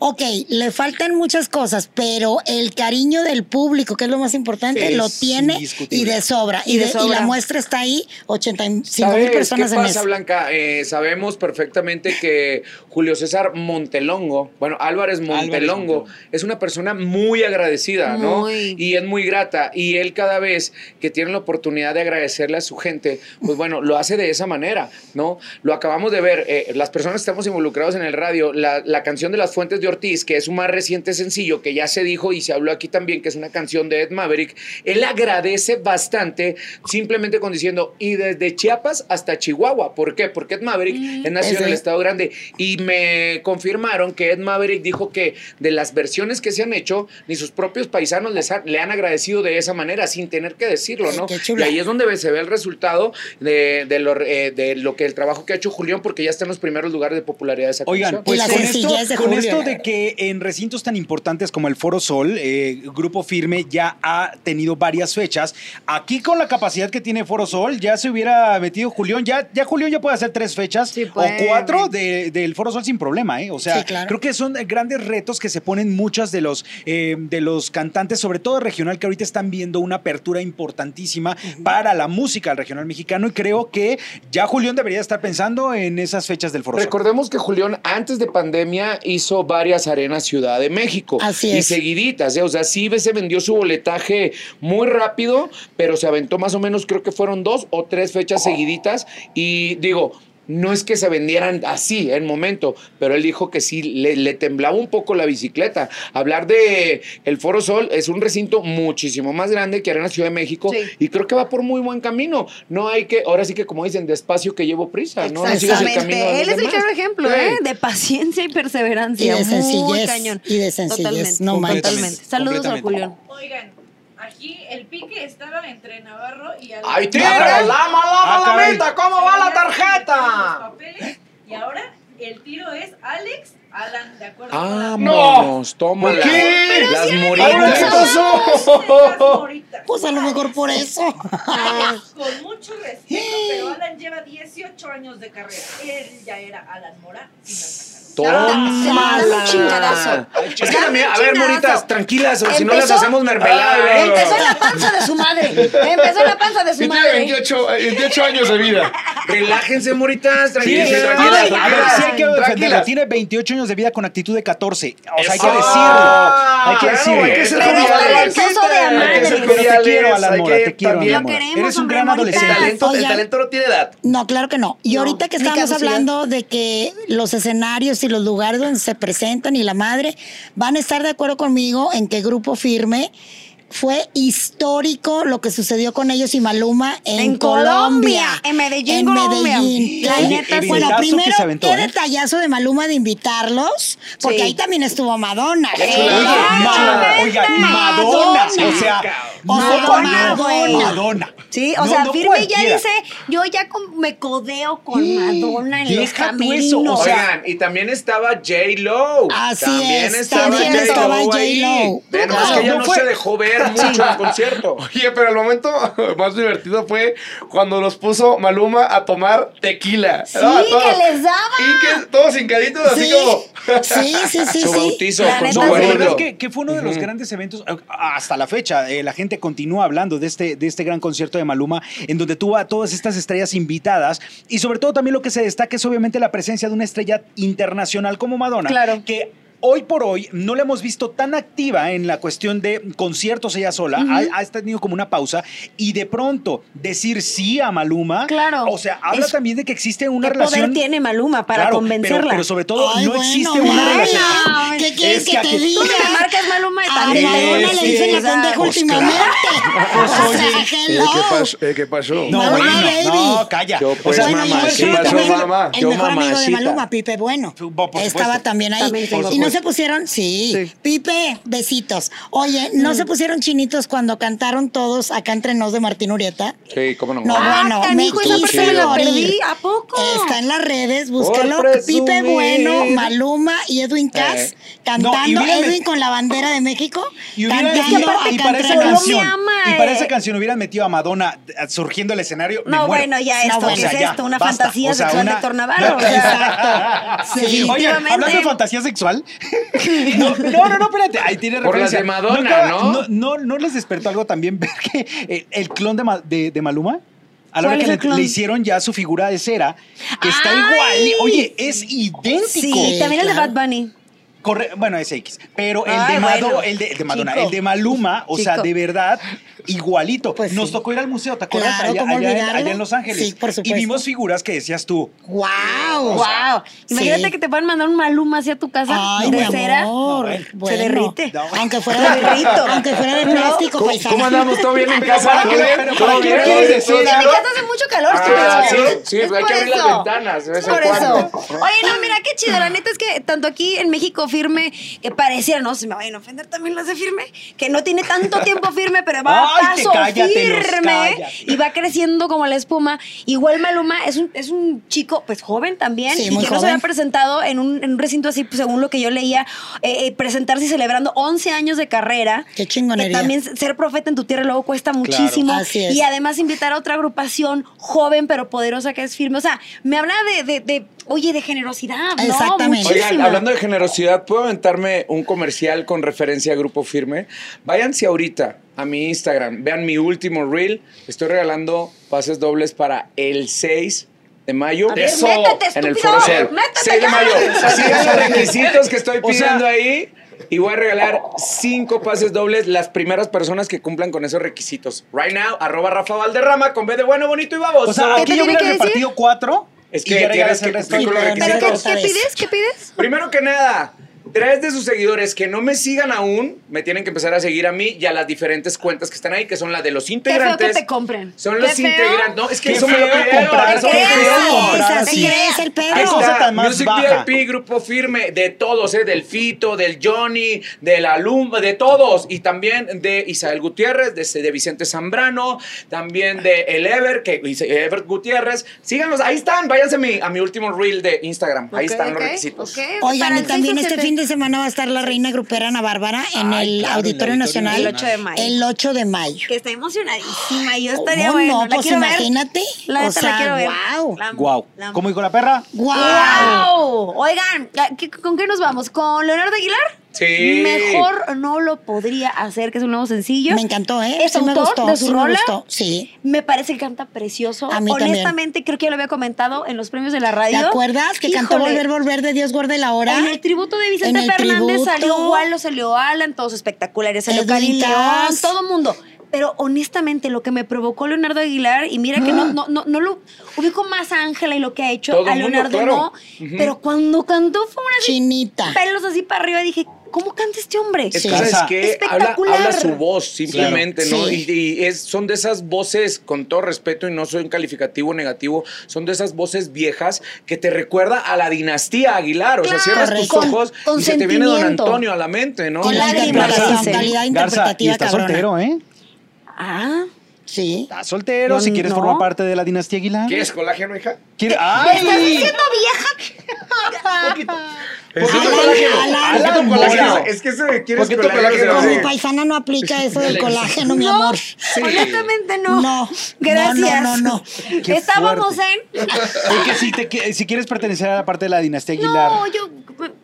Ok, le faltan muchas cosas, pero el cariño del público, que es lo más importante, Sí, lo es tiene y indiscutible. de sobra. Y, Y de de- y sobra. la muestra está ahí, 85 ¿Sabes mil personas qué en pasa, eso. Blanca? Eh, sabemos perfectamente que Julio César Montelongo, bueno, Álvarez Montelongo, Montelongo. es una persona muy agradecida, ¿no? Muy. Y es muy grata. Y él cada vez que tiene la oportunidad de agradecerle a su gente, pues bueno, lo hace de esa manera, ¿no? Lo acabamos de ver, eh, las personas que estamos involucrados en el radio, la, la canción de Las Fuentes de Ortiz, que es su más reciente sencillo, que ya se dijo y se habló aquí también, que es una canción de Ed Maverick, él agradece bastante simplemente con diciendo, y desde Chiapas hasta Chihuahua, ¿por qué? Porque Ed Maverick es nacido en el Ese. Estado Grande y me confirmaron que Ed Maverick dijo que de las versiones que se han hecho, ni sus propios paisanos les han- le han agradecido de esa manera, sin tener que decirlo, ¿no? Qué Y chula. ahí es donde ve- se ve el resultado de, de lo, eh, de lo que el trabajo que ha hecho Julián, porque ya está en los primeros lugares de popularidad de esa Oigan, canción. pues la con, sencillez esto, de con Julio. ¿eh? esto de que en recintos tan importantes como el Foro Sol, eh, Grupo Firme ya ha tenido varias fechas. Aquí con la capacidad que tiene Foro Sol, ya se hubiera metido Julián. Ya, ya Julián ya puede hacer tres fechas Sí o puede. cuatro de- del Foro Sol sin problema, ¿eh? O sea, Sí, claro. creo que son grandes retos que se ponen muchas de los, eh, de los cantantes, sobre todo regional, que ahorita están viendo una apertura importantísima para la música al regional mexicano. Y creo que ya Julián debería estar pensando en esas fechas del Foro Sol. Recordemos que Julián antes de pandemia hizo varias arenas Ciudad de México. Así Y es. seguiditas, ¿eh? o sea, sí se vendió su boletaje muy rápido, pero se aventó más o menos, creo que fueron dos o tres fechas seguiditas. Y digo, no es que se vendieran así ¿eh? en momento, pero él dijo que sí, le, le temblaba un poco la bicicleta. Hablar de el Foro Sol es un recinto muchísimo más grande que Arena Ciudad de México Sí. y creo que va por muy buen camino. No hay que, ahora sí que como dicen, despacio que llevo prisa, ¿no? No sigas el camino de Exactamente. los Él es el demás. claro ejemplo, Sí. ¿eh? De paciencia y Y perseverancia. de Muy sencillez. cañón. Y de sencillez. Totalmente. No manches. Totalmente. Saludos a Completamente. Julián. Oigan, aquí el pique estaba entre Navarro y Alonso. ¡Ay, Ah, tierra! caray. ¡Lama, Ah, lama, caray. lamita! ¿Cómo va la tarjeta? Los papeles, Y ahora el tiro es Alex, Alan, ¿de acuerdo? Ah, ¡Vámonos! ¡Tómala! ¿Qué? Las Ahora, ¿qué moritas. pasó? Pues a lo mejor por eso. ah. Con mucho respeto, pero Alan lleva 18 años de carrera. Él ya era Alan Mora y la sacaron. ¡Tómala! Dame un chingadazo. Es que también, a ver, Chingadazo. moritas, tranquilas, o si no Empezó- Ah, las hacemos mermelada. ¿eh? Empezó en la panza de su madre. Empezó en la panza de Sí su tiene madre. 28, eh, 28 años de vida. Relájense, moritas, Sí, tranquilas. sí, tranquila, Ay, a ver, sí ay, hay que tranquilas. defenderlo. Tiene 28 años de vida con actitud de 14. O sea, hay que Eso. decirlo. Ah, Hay que claro, decirlo. hay que ser Pero joviales. está Hay que talentoso de ser amar. Pero joviales, te quiero, hay Alan que Mora, te quiero, también- Alan Mora. Lo queremos, Eres un hombre, gran Morita. El adolescente. talento, el Oigan. talento no tiene edad. No, claro que no. Y No, ahorita que ni estábamos caducidad. hablando de que los escenarios y los lugares donde se presentan y la madre van a estar de acuerdo conmigo en que Grupo Firme fue histórico lo que sucedió con ellos y Maluma en, En Colombia, Colombia, en Medellín, en Colombia. Medellín. La Qué- neta, sí. bueno, Eventazo que primero se aventó, qué ¿eh? detallazo de Maluma de invitarlos, porque Sí. ahí también estuvo Madonna. Qué ¿eh? chulada. Oye, Madonna. Ma- Oiga, Madonna. Madonna. O sea, O No, sea, Madonna, güey. Madonna. Sí, o No, sea, no firme ya cualquiera. dice, yo ya con- me codeo con Madonna en los deja tú eso, camerinos. o sea, Oigan, y también estaba J-Lo. Así también es, estaba también estaba J-Lo ahí. J.Lo. Ve nomás Claro, que ella no no fue. se dejó ver mucho en el concierto. Oye, pero el momento [laughs] más divertido fue cuando los puso Maluma a tomar tequila. Sí, Ah, que todos- les daba. Y que todos hincaditos, así Sí, como. sí, [laughs] sí, sí. Su sí. bautizo La con neta, su No, la verdad abuelo. es que, que fue uno de los grandes eventos eh, hasta la fecha. eh, la gente continúa hablando de este, de este gran concierto de Maluma, en donde tuvo a todas estas estrellas invitadas. Y sobre todo también lo que se destaca es obviamente la presencia de una estrella internacional como Madonna. Claro. Que Hoy por hoy no la hemos visto tan activa en la cuestión de conciertos ella sola, ha, ha tenido como una pausa y de pronto decir sí a Maluma, Claro. o sea, habla Es- también de que existe una ¿Qué relación poder tiene Maluma para Claro, pero- convencerla? Pero, sobre todo Ay, no bueno, existe una Maluma. relación. ¿Qué quieres Es que, que te aquí- diga? Tú me la marcas Maluma y A también Madonna te le dicen la Esa- pendeja últimamente. Pues, O oye, sea, hello. eh, ¿Qué pasó? No, bueno, bueno, no, baby. calla. Yo, pues, bueno, y mamacita, el mejor yo, amigo- mamá, el yo, mejor amigo de mamacita. Maluma, Pipe Bueno, Tú, bo- por estaba supuesto. también ahí. También tengo- y no se pusieron, sí, Pipe, besitos. Oye, ¿no se pusieron chinitos cuando cantaron todos acá entre nos de Martín Urieta? Sí, cómo no. No, Ah, bueno, canijo, me esa quise parte me la morir. perdí, Ah, ¿a poco? Está en las redes, búscalo. Por presumir. Pipe Bueno, Maluma y Edwin Cass Eh. No, y cantando. hubiera- Edwin con la bandera de México. Y, hubiera- cantando y- aparte y acá para entre esa nos. Colombia canción, ama, y para eh. esa canción hubieran metido a Madonna eh, surgiendo el escenario. me No, muero. bueno, ya No, esto, bueno. ¿qué O es sea, ya, esto? Una basta. fantasía O sea, sexual una- de [laughs] Tornavalo. o sea. Exacto. Sí. Sí. Oye, Definitivamente. hablando de fantasía [laughs] sexual. No, no, no, no, espérate. Ahí tiene Por las referencia. de Madonna, acaba- ¿no? No, no, no les despertó algo también [laughs] ver que el, el clon de, Ma- de- de Maluma. A la hora ¿Cuál que es le, el clon? le hicieron ya su figura de cera, que está ¡Ay! igual. Oye, es idéntico. Sí, y también el de claro. Bad Bunny. Corre- bueno, es X. Pero el Ay, de Mado- bueno. el de, el de Madonna, Chico. el de Maluma, o sea, Chico. de verdad, igualito. Pues Nos sí. tocó ir al museo, ¿te acuerdas? Claro, allá, ¿cómo allá en, olvidarlo? allá en Los Ángeles. Sí, por Y supuesto. vimos figuras que decías tú. ¡Guau! Wow. Imagínate Sí. que te puedan mandar un Maluma hacia tu casa Ay, de mi cera. amor, No, bueno. Se derrite. No. Aunque fuera de Perrito. aunque fuera de plástico, ¿Cómo, paisano. cómo andamos? ¿Todo bien en casa? ¿Para qué- pero para ¿Todo qué bien? quieres decir? ¿Todo En mi bien? casa hace mucho calor, Ah, chicas. sí, güey. sí, hay por que abrir las eso. ventanas de vez en Por eso. cuando. Oye, no, mira, qué chido. La neta es que tanto aquí en México firme, que pareciera, no, se me vayan a ofender también las de firme, que no tiene tanto tiempo firme, pero va a Ay, te paso cállate, los firme cállate. y va creciendo como la espuma. Igual Maluma es un, es un chico, pues joven también, Sí, y que muy no se joven. había presentado en un, en un recinto así, pues, según lo que yo leía, eh, eh, presentarse y celebrando 11 años de carrera. Qué chingonería. Que también ser profeta en tu tierra luego cuesta muchísimo. Así es. Y además invitar a otra agrupación joven pero poderosa que es firme. O sea, me habla de, de, de, oye, de generosidad, ¿no? Exactamente. Oigan, Muchísima. hablando de generosidad, ¿puedo aventarme un comercial con referencia a Grupo Firme? Váyanse ahorita a mi Instagram, vean mi último reel. Estoy regalando pases dobles para el 6 de mayo. A ver, Eso, métete, en el Foro estúpido. Sol. Métete 6 de ya. mayo. Sigan los requisitos que estoy O sea- pidiendo ahí. Y voy a regalar cinco pases dobles las primeras personas que cumplan con esos requisitos. Right now, arroba Rafa Valderrama con B de bueno, bonito y babos. O sea, ¿Qué aquí te yo tiene hubiera que decir? repartido cuatro. Es y que ya tienes regalas el que resto. cumplir con los Sí, ¿Pero requisitos. qué, otra qué vez. pides? ¿Qué pides? Primero que nada, tres de sus seguidores que no me sigan aún me tienen que empezar a seguir a mí y a las diferentes cuentas que están ahí, que son las de los Qué feo integrantes. que te compren. Son Qué los feo. integrantes. No, es que Qué eso me lo feo pidieron, comprar, eso me qué lo feo pidieron. comprar Esa, así. ¿te crees el pedo? Ahí Qué está, cosa tan más Music baja. VIP, grupo firme, de todos, ¿eh? del Fito, del Johnny, de la Lumba, de todos. Y también de Isabel Gutiérrez, de, de Vicente Zambrano, también de El Ever, que Ever Gutiérrez. Síganlos, ahí están, váyanse a mi, a mi último reel de Instagram. Ahí Ok, están ok, los requisitos. ok. Para Oigan, y el también seis o este siete. fin de semana va a estar la reina grupera Ana Bárbara en Ay, el claro, Auditorio en el Auditorio Nacional. El 8 de mayo. El 8 de mayo. Que está emocionadísima. Yo ¿Cómo estaría no? bueno. la Pues quiero ver. imagínate. La O neta la sea, quiero ver. guau. La amo, Guau. la amo. ¿Cómo dijo la perra? ¡Guau! ¡Wow! Oigan, ¿qué- ¿con qué nos vamos? ¿Con Leonardo Aguilar? Sí. Mejor no lo podría hacer, que es un nuevo sencillo. Me encantó, ¿eh? ¿Es Sí me autor gustó, de su sí me rola? gustó, sí. Me parece que canta precioso. A mí también. Honestamente, creo que ya lo había comentado en los premios de la radio. ¿Te acuerdas que cantó Híjole, Volver, Volver de Dios guarde la hora? En el tributo de Vicente En el Fernández tributo. salió Wallo, salió Alan, todos espectaculares, salió Edwin Karin León, Cass. todo mundo. Pero honestamente, lo que me provocó Leonardo Aguilar, y mira que no, Ah. no, no, no lo ubico más a Ángela y lo que ha hecho, Todo a mundo, Leonardo claro. no, pero cuando cantó fue una así, Chinita. pelos así para arriba, dije, ¿cómo canta este hombre? Es Sí. que, ¿sabes Casa. qué? Habla, Espectacular. habla su voz, simplemente, Claro. ¿no? Sí. Y, y es, son de esas voces, con todo respeto, y no soy un calificativo negativo, son de esas voces viejas que te recuerda a la dinastía Aguilar. O sea, Claro. cierras tus Con- ojos con y se te viene Don sentimiento. Antonio a la mente, ¿no? Con Con la lágrimas, interpretación, dicen. calidad Garza, y interpretativa, está cabrona. soltero, ¿eh? Ah. Sí. Estás soltero, si quieres formar parte de la dinastía Aguilar. ¿Quieres colágeno, hija? ¿Quieres- ¿Estás ¡Ay! diciendo vieja? ¿Por qué tu Alan, Pues colágeno? Alan, ¿Por qué tu Alan colágeno? Moro. Es que eso de quieres ¿Por qué tu colágeno? Con mi Sí. paisana no aplica eso del colágeno, mi amor. Honestamente no. No. No, Gracias. No, no, no. Qué Estábamos en. Oye, que si, te que- si quieres pertenecer a la parte de la dinastía Aguilar. No, yo,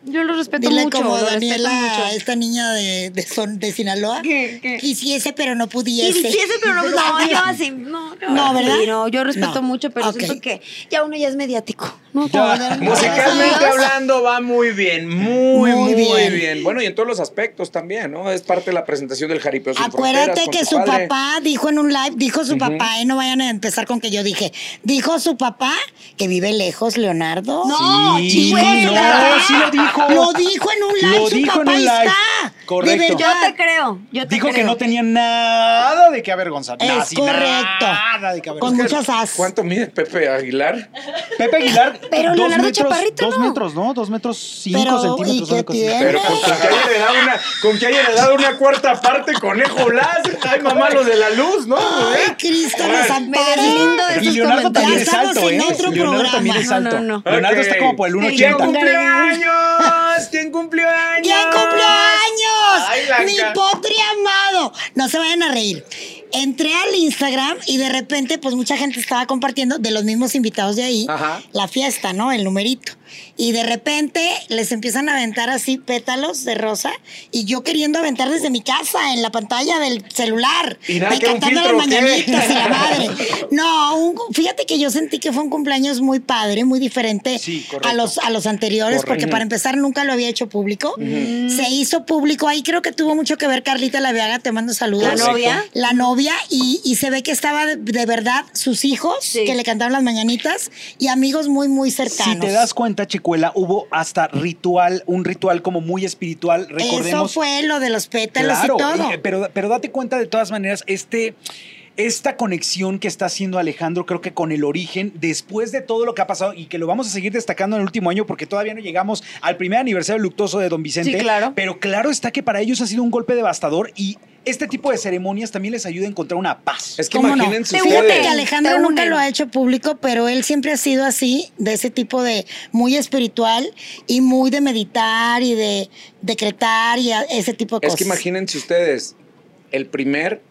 yo lo respeto Dile mucho. como lo respeto Daniela, mucho. esta niña de, de, Son- de Sinaloa. ¿Qué? ¿Qué? Quisiese, pero no Y pudiese. hiciese, pero [laughs] no, no, yo así, no, yo- No, ¿verdad? Sí, no, yo respeto No. mucho, pero Ok. siento que ya uno ya es mediático. No, Ya. Musicalmente hablando va muy bien, muy, muy, Muy bien. bien. Bueno, y en todos los aspecectos también, ¿no? Es parte de la presentación del jaripeo sin fronteras Acuérdate con que tu su padre. papá dijo en un live, dijo su papá, y no vayan a empezar con que yo dije, dijo su papá que vive lejos, Leonardo. No, Sí, Dijo chihuahua. su no, papá. sí lo dijo. Lo dijo en un live, Lo su dijo en papá un ahí live. está. Correcto. De Yo verdad. te creo, yo te Dijo que creo. no tenía nada de que avergonzarse. Es Así, correcto. Nada de que Con avergonzarse. muchas as. ¿Cuánto mide Pepe Aguilar? Pepe Aguilar, Pero dos Leonardo metros, Chaparrito dos no. metros, ¿no? Dos metros cinco Pero, ¿y centímetros. qué una cosa así. tiene? Pero con Con que haya heredado una, con que haya heredado una cuarta parte, conejo Blas. Ay, mamá, lo de la luz, ¿no? ¿Eh? Ay, Cristo, nos Me ampare. deslindo de Y sus Leonardo también Ya comentarios. es estamos alto, en ¿eh? otro Leonardo también programa. es No, no, alto. no. Leonardo está Ok. como por el ¿Quién 1.80. cumplió años? ¿Quién cumplió años? ¡Ya Ay, cumpleaños! Blanca. ¡Mi potri amado! No se vayan a reír. Entré al Instagram y de repente, pues mucha gente estaba compartiendo de los mismos invitados de ahí Ajá. la fiesta, ¿no? El numerito. Y de repente les empiezan a aventar así pétalos de rosa y yo queriendo aventar desde mi casa en la pantalla del celular. Y nada, Ahí que era un cantando las filtro, ¿o qué? mañanitas y la madre. No, un- fíjate que yo sentí que fue un cumpleaños muy padre, muy diferente Sí, correcto. a los, a los anteriores, porque para empezar nunca lo había hecho público. Se hizo público. Ahí creo que tuvo mucho que ver Carlita La Viaga, te mando saludos. ¿La novia? La novia, y, y se ve que estaba de, de verdad sus hijos Sí. que le cantaron las mañanitas y amigos muy, muy cercanos. Si te das cuenta, Chicuela, hubo hasta ritual, un ritual como muy espiritual. Eso Recordemos fue lo de los pétalos y todo. eh, Pero, pero date cuenta de todas maneras, este. Esta conexión que está haciendo Alejandro, creo que con el origen, después de todo lo que ha pasado y que lo vamos a seguir destacando en el último año, porque todavía no llegamos al primer aniversario luctuoso de Don Vicente. Sí, claro. Pero claro está que para ellos ha sido un golpe devastador y este tipo de ceremonias también les ayuda a encontrar una paz. Es que ¿Cómo no? imagínense Te Fíjate unen, que ustedes. Alejandro te nunca unen. lo ha hecho público, pero él siempre ha sido así, de ese tipo de muy espiritual y muy de meditar y de decretar y a- ese tipo de Es cosas. que imagínense ustedes, el primer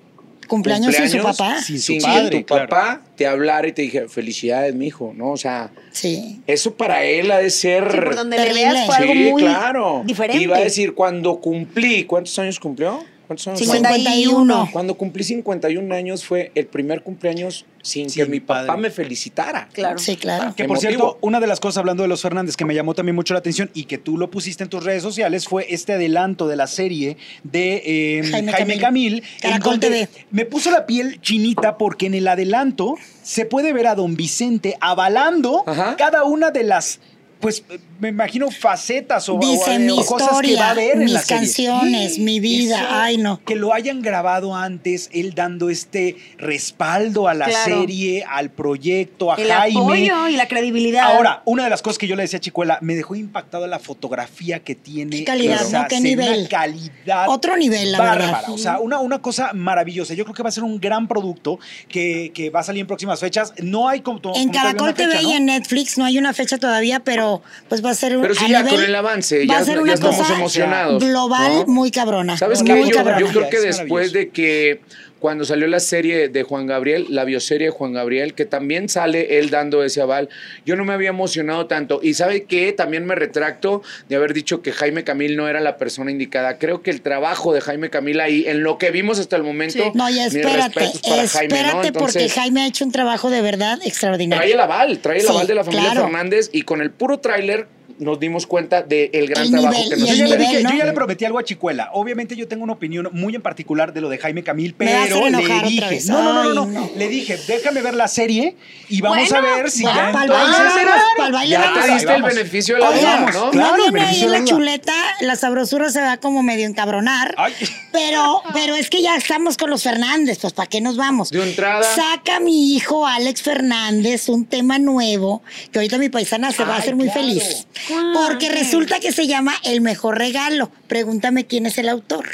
cumpleaños, sin su cumpleaños papá. sin su sin padre, que tu claro. papá te hablara y te dijera, felicidades, mijo, ¿no? O sea, Sí. eso para él ha de ser... Sí, por donde le Terrible. veas fue algo Sí, muy claro. diferente. Iba a decir, cuando cumplí, ¿cuántos años cumplió? ¿Cuántos años? 51. Ah, Cuando cumplí 51 años fue el primer cumpleaños sin Sin que mi padre. papá me felicitara. Claro. Sí, Ah, claro. Que por Emotivo. cierto, una de las cosas hablando de los Fernández que me llamó también mucho la atención y que tú lo pusiste en tus redes sociales fue este adelanto de la serie de eh, Jaime Jaime, Camil. en Caracol donde TV. Me puso la piel chinita porque en el adelanto se puede ver a don Vicente avalando Ajá. cada una de las, pues me imagino, facetas o, o- Dice mi o cosas que va a historia, haber en la mis serie. canciones, mi Eso, vida. Ay, no. Que lo hayan grabado antes, él dando este respaldo a la Claro. serie, al proyecto, a El Jaime. apoyo y la credibilidad. Ahora, una de las cosas que yo le decía a Chicuela, me dejó impactada la fotografía que tiene. Qué calidad, esa ¿no? Qué serie, nivel. Una calidad. Otro nivel, la bárbara. verdad. O sea, una, una cosa maravillosa. Yo creo que va a ser un gran producto que, que va a salir en próximas fechas. No hay como. como En todavía una Caracol TV fecha, ¿no? y en Netflix no hay una fecha todavía, pero pues va a ser un Pero sí, a ya nivel- con el avance, va a ya, ser ya una estamos cosa emocionados. Global, ¿no? muy cabrona. ¿Sabes muy qué? Yo, cabrona. yo creo que Es después maravilloso. de que cuando salió la serie de Juan Gabriel, la bioserie de Juan Gabriel, que también sale él dando ese aval, yo no me había emocionado tanto. Y sabe que también me retracto de haber dicho que Jaime Camil no era la persona indicada. Creo que el trabajo de Jaime Camil ahí, en lo que vimos hasta el momento, Sí. No, ya mis espérate, respetos para espérate Jaime, ¿no? porque Entonces, Jaime ha hecho un trabajo de verdad Trae el extraordinario. aval, trae el Sí, aval de la familia claro. Fernández y con el puro tráiler nos dimos cuenta del gran El trabajo nivel que y nos Yo el ya, le nivel, dije- ¿no? yo ya le prometí algo a Chicuela. Obviamente yo tengo una opinión muy en particular de lo de Jaime Camil, Me va a hacer pero enojar le otra dije, vez. no, no, no, no, Ay, no. no. le dije, déjame ver la serie y vamos Bueno, a ver si Para ya el entonces- baile [laughs] vamos, Ah, para el baile Ya vamos. te ahí diste el vamos. beneficio de la Oye, duda, Oigan, ¿no? Claro, no viene ahí beneficio en de la duda. chuleta, la sabrosura se va como medio encabronar. Ay. Pero, pero es que ya estamos con los Fernández, pues ¿para qué nos vamos? De entrada. Saca mi hijo Alex Fernández un tema nuevo, que ahorita mi paisana se va a hacer muy feliz. ¿Cuál? Porque resulta que se llama El Mejor Regalo. Pregúntame quién es el autor.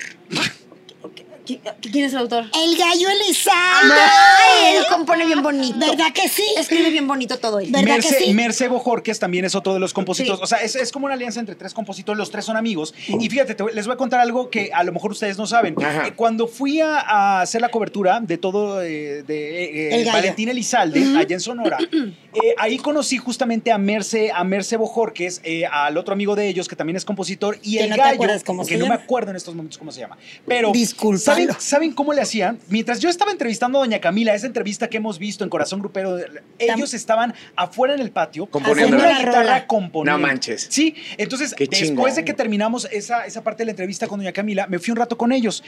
¿Qui- ¿Quién es el autor? El gallo Elizalde. Ay, Ah, él compone bien bonito. ¿Verdad que sí? Escribe bien bonito todo él. Ver- ¿Verdad que Merce, sí? Merce Bojorquez también es otro de los compositores. Sí. O sea, es, es como una alianza entre tres compositores, los tres son amigos. Y fíjate, te voy- les voy a contar algo que a lo mejor ustedes no saben. Ajá. Eh, Cuando fui a, a hacer la cobertura de todo eh, de eh, El gallo. Valentín Elizalde, allá [clears throat] en Sonora, eh, ahí conocí justamente a Merce, a Merce Bojorquez, eh, al otro amigo de ellos que también es compositor, y Que el no te gallo, acuerdas cómo que se no me llama. acuerdo en estos momentos cómo se llama. Pero, Discúlpalo. ¿saben, ¿saben cómo le hacían? Mientras yo estaba entrevistando a Doña Camila, esa entrevista que hemos visto en Corazón Grupero, ellos estaban afuera en el patio con Componiendo. una Haciendo la guitarra rola. componiendo. No manches. Sí, entonces Qué después chingón. de que terminamos esa, esa parte de la entrevista con Doña Camila, me fui un rato con ellos.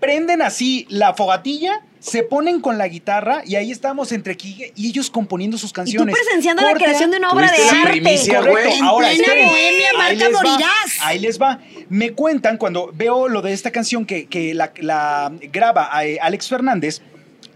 Prenden así la fogatilla, se ponen con la guitarra y ahí estamos entre Quique y ellos componiendo sus Y tú canciones. presenciando la Corte a- creación de una obra de Tuviste la primicia, arte. güey. Correcto. En Ahora, plena esperen. bohemia, Ahí Marta, les va. morirás. Ahí les va. Me cuentan cuando veo lo de esta canción que, que la, la graba eh, Alex Fernández.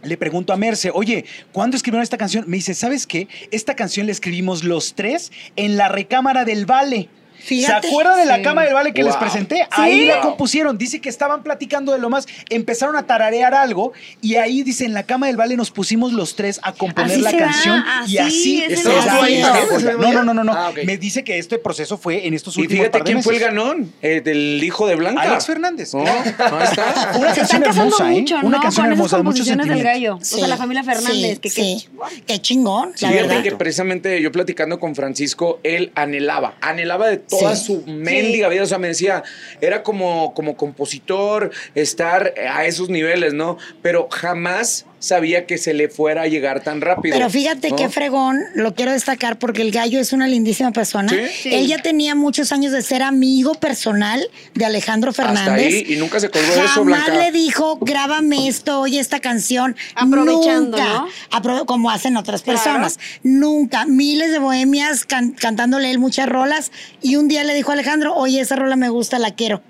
Le pregunto a Merce, oye, ¿cuándo escribieron esta canción? Me dice, ¿sabes qué? Esta canción la escribimos los tres en la recámara del Vale. Fíjate. ¿Se acuerdan de la Sí. cámara del Vale que les Wow. presenté? Ahí la Wow. compusieron. Dice que estaban platicando de lo más, empezaron a tararear algo y ahí dice, en la cama del Vale nos pusimos los tres a componer Así la se da, canción y así, así es se el da ensayo. esta cosa. No, no, no, no, no. Ah, ok. Me dice que este proceso fue en estos Y últimos fíjate par de quién fue el meses. ganón, eh, del hijo de Blanca. Alex Fernández. Oh, claro. ahí está. Una Se canción están casando hermosa, ¿eh? mucho, Una canción ¿no? Con esas hermosa, de mucho composiciones del sentimiento. gallo. O Sí, sea, la familia Fernández. sí, que, que- sí. Qué chingón, la Fíjate verdad. que precisamente yo platicando con Francisco, él anhelaba, anhelaba de toda Sí. su mendiga vida. O sea, me decía, era como, como compositor estar a esos niveles, ¿no? Pero jamás sabía que se le fuera a llegar tan rápido. Pero fíjate ¿no? qué fregón, lo quiero destacar porque el gallo es una lindísima persona. Sí. Él ya tenía muchos años de ser amigo personal de Alejandro Fernández. Hasta ahí, y nunca se colgó de Jamás eso, Blanca. le dijo, grábame esto, oye esta canción. Aprovechando, Nunca. ¿no? Apro- como hacen otras Claro. personas. Nunca. Miles de bohemias can- cantándole él muchas rolas. Y un día le dijo a Alejandro, oye, esa rola me gusta, la quiero.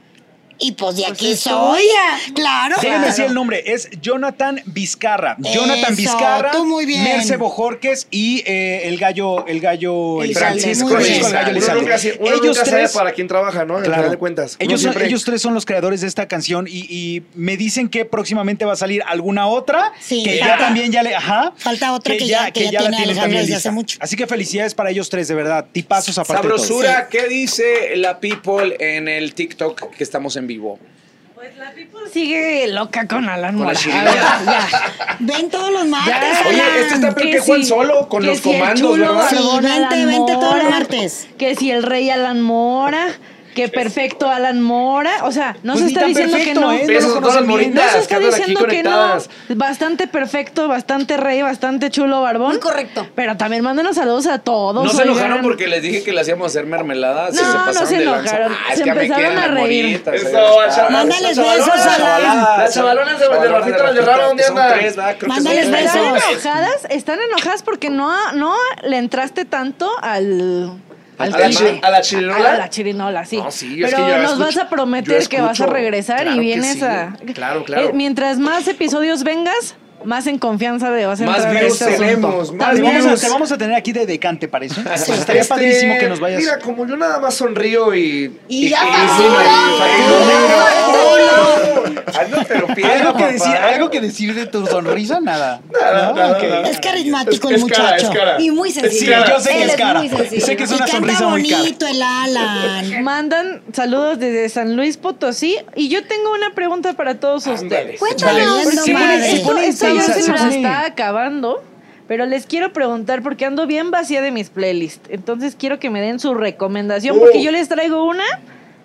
Y pues de aquí es soy. tuya. Claro. Déjenme decir el nombre, es Jonathan Vizcarra. Jonathan Eso, Vizcarra, tú muy bien. Merce Bojorques y eh, el gallo, el gallo Elizalde, Francisco, muy Francisco bien. el gallo Uno Elizalde. nunca, si- uno Ellos nunca sabe tres- para quién trabaja, ¿no? Al Claro. final de cuentas. Uno Ellos, son- siempre- ellos tres son los creadores de esta canción y, y me dicen que próximamente va a salir alguna otra Sí, que ya falta- también ya le ajá falta otra que ya- que ya tiene Alejandro desde hace mucho. Así que felicidades para ellos tres de verdad, tipazos aparte de todo. Sabrosura, ¿qué dice la people en el TikTok que estamos en vivo? Pues la people Sigue loca con Alan Con la Mora. chilena. A ver, ya. Ven todos los martes. Ya. Oye, Alan. este está peor que sí. Juan solo con Que los si el comandos, chulo ¿verdad? Sí, Alan vente, vente todos los Mora, martes. Que si el rey Alan Mora, que perfecto Alan Mora. O sea, no Pues se ni está tan diciendo perfecto, que no. ¿eh? Besos No lo a todas las conocen bien. No se moritas que está andan aquí diciendo que no. conectadas. Bastante perfecto, bastante rey, bastante chulo barbón. Muy correcto. Pero también mándanos saludos a todos. No se oigan. enojaron porque les dije que le hacíamos hacer mermeladas. No, no se enojaron. Ah, Se empezaron a reír. eh, Eso, chaval. Mándales Las besos, chavalonas, Alan. chavalonas, Las chavalonas de de Rafita las de Rara, ¿dónde andan? Mándales Están besos. enojadas, están enojadas porque no, no le entraste tanto al. Al ¿A la tema. chi- ¿A la chirinola? A la chirinola, sí. No, sí, es Pero que yo nos escucho- vas a yo prometer que escucho, vas a regresar claro y que vienes sí, a. claro, claro. mientras más episodios vengas, más en confianza de vas a Más entrar a views este asunto. tenemos, más Te vamos, a, views. te vamos a tener aquí de decante para eso. Pues Estaría Este, padrísimo que nos vayas. Mira, como yo nada más sonrío y. Y ya factura. Ay, no te lo [laughs] pierdas, ¿Algo que, papá. decir, algo que decir de tu sonrisa, nada. Nada, nada, ok. nada. Es carismático el Es cara, es muchacho. cara. Y muy Sí, sencillo. yo sé que Él es cara. muy sencillo. Sé que es Y una canta sonrisa muy cara. bonito el Alan. Mandan saludos desde San Luis Potosí y yo tengo una pregunta para todos Pues, ustedes. Cuéntanos, Vale. Sí, madre. sí, Esto, pone esto ya intensa, se se nos pone- está acabando, pero les quiero preguntar porque ando bien vacía de mis playlists. Entonces quiero que me den su recomendación porque yo les traigo una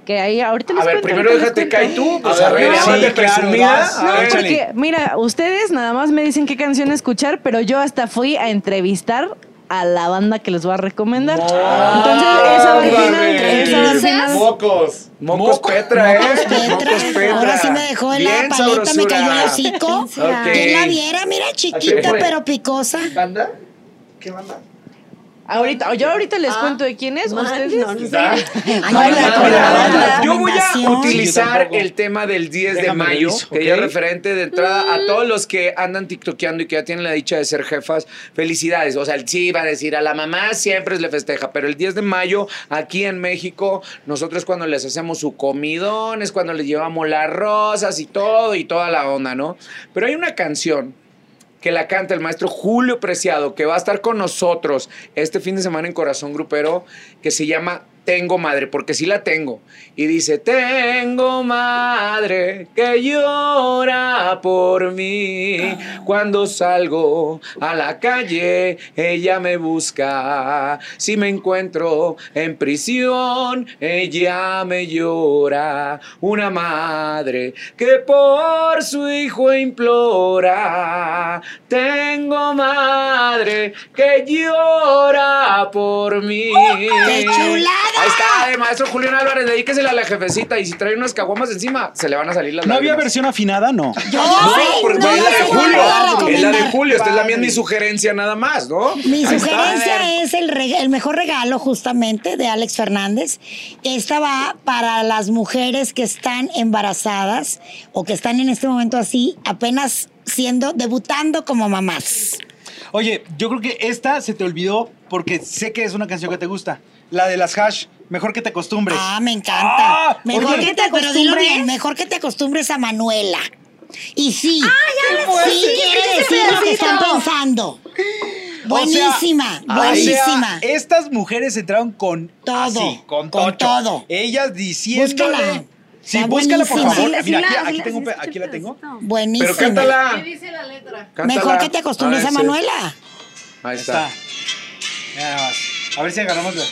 que ahí ahorita Oh. les A ver, cuento, primero ahorita déjate les cuento. caer tú. A Pues a ver, ver, sí, ándate claro, presumida. Ah, vas. A No, ver, échale. porque mira, ustedes nada más me dicen qué canción escuchar, pero yo hasta fui a entrevistar a la banda que les voy a recomendar. Entonces, Ah, esa va al final, Ándale. esa va al final. Mocos. Mocos Petra, ¿eh? Mocos Petra. Ahora sí me dejó en la Bien paleta, me cayó sabrosura. el hocico. Ok. Que la viera, mira, chiquita Ok. pero picosa. ¿Banda? ¿Qué banda? Ahorita, yo ahorita les cuento de quién es. Ah, Man, ustedes- no, no sé. ¿Ah? Ay, no, Ay, la- la- la- la- Yo voy a recomendación. utilizar tampoco. el tema del 10 de Déjame mayo, reviso, que ya es ¿ok? referente de entrada Mm. a todos los que andan tiktokeando y que ya tienen la dicha de ser jefas. Felicidades. O sea, el sí va a decir a la mamá siempre le festeja, pero el 10 de mayo aquí en México, nosotros cuando les hacemos su comidón, es cuando les llevamos las rosas y todo y toda la onda, ¿no? Pero hay una canción que la canta el maestro Julio Preciado, que va a estar con nosotros este fin de semana en Corazón Grupero, que se llama Tengo Madre, porque sí la tengo. Y dice, tengo madre que llora por mí. Cuando salgo a la calle, ella me busca. Si me encuentro en prisión, ella me llora. Una madre que por su hijo implora. Tengo madre que llora por mí. ¡Qué chulada! Ahí está, eh, maestro Julián Álvarez, dedíquesela a la jefecita y si trae unas caguamas encima, se le van a salir las ¿No había lágrimas. versión afinada? No. Yo No, ya sé, porque no es la sé de cuál Julio. voy a Es la de recomendar. Julio. Esta es la mía, mi sugerencia nada más, ¿no? Mi Ahí está. sugerencia es el, reg- el mejor regalo justamente de Alex Fernández. Esta va para las mujeres que están embarazadas o que están en este momento así, apenas siendo, debutando como mamás. Oye, yo creo que esta se te olvidó porque sé que es una canción que te gusta. La de las hash, mejor que te acostumbres. Ah, me encanta. Ah, mejor oye, que te pero dilo bien, mejor que te acostumbres a Manuela. Y sí, sí quiere decir lo que están pensando. Buenísima, ah, O sea, eh, buenísima. o sea, estas mujeres entraron con Todo, así, con, con tocho. todo. Ellas diciéndole. Búscala. Sí, Está búscala por buenísima. favor. Sí, la- Mira, sí aquí, la- aquí sí la- tengo, sí pe- la- aquí la tengo. buenísima. Pero cántala. ¿Qué dice la letra? cántala. Mejor que te acostumbres Ahí Ah, a sí. Manuela. Ahí Está. está. Mira nada más. A ver si agarramos la.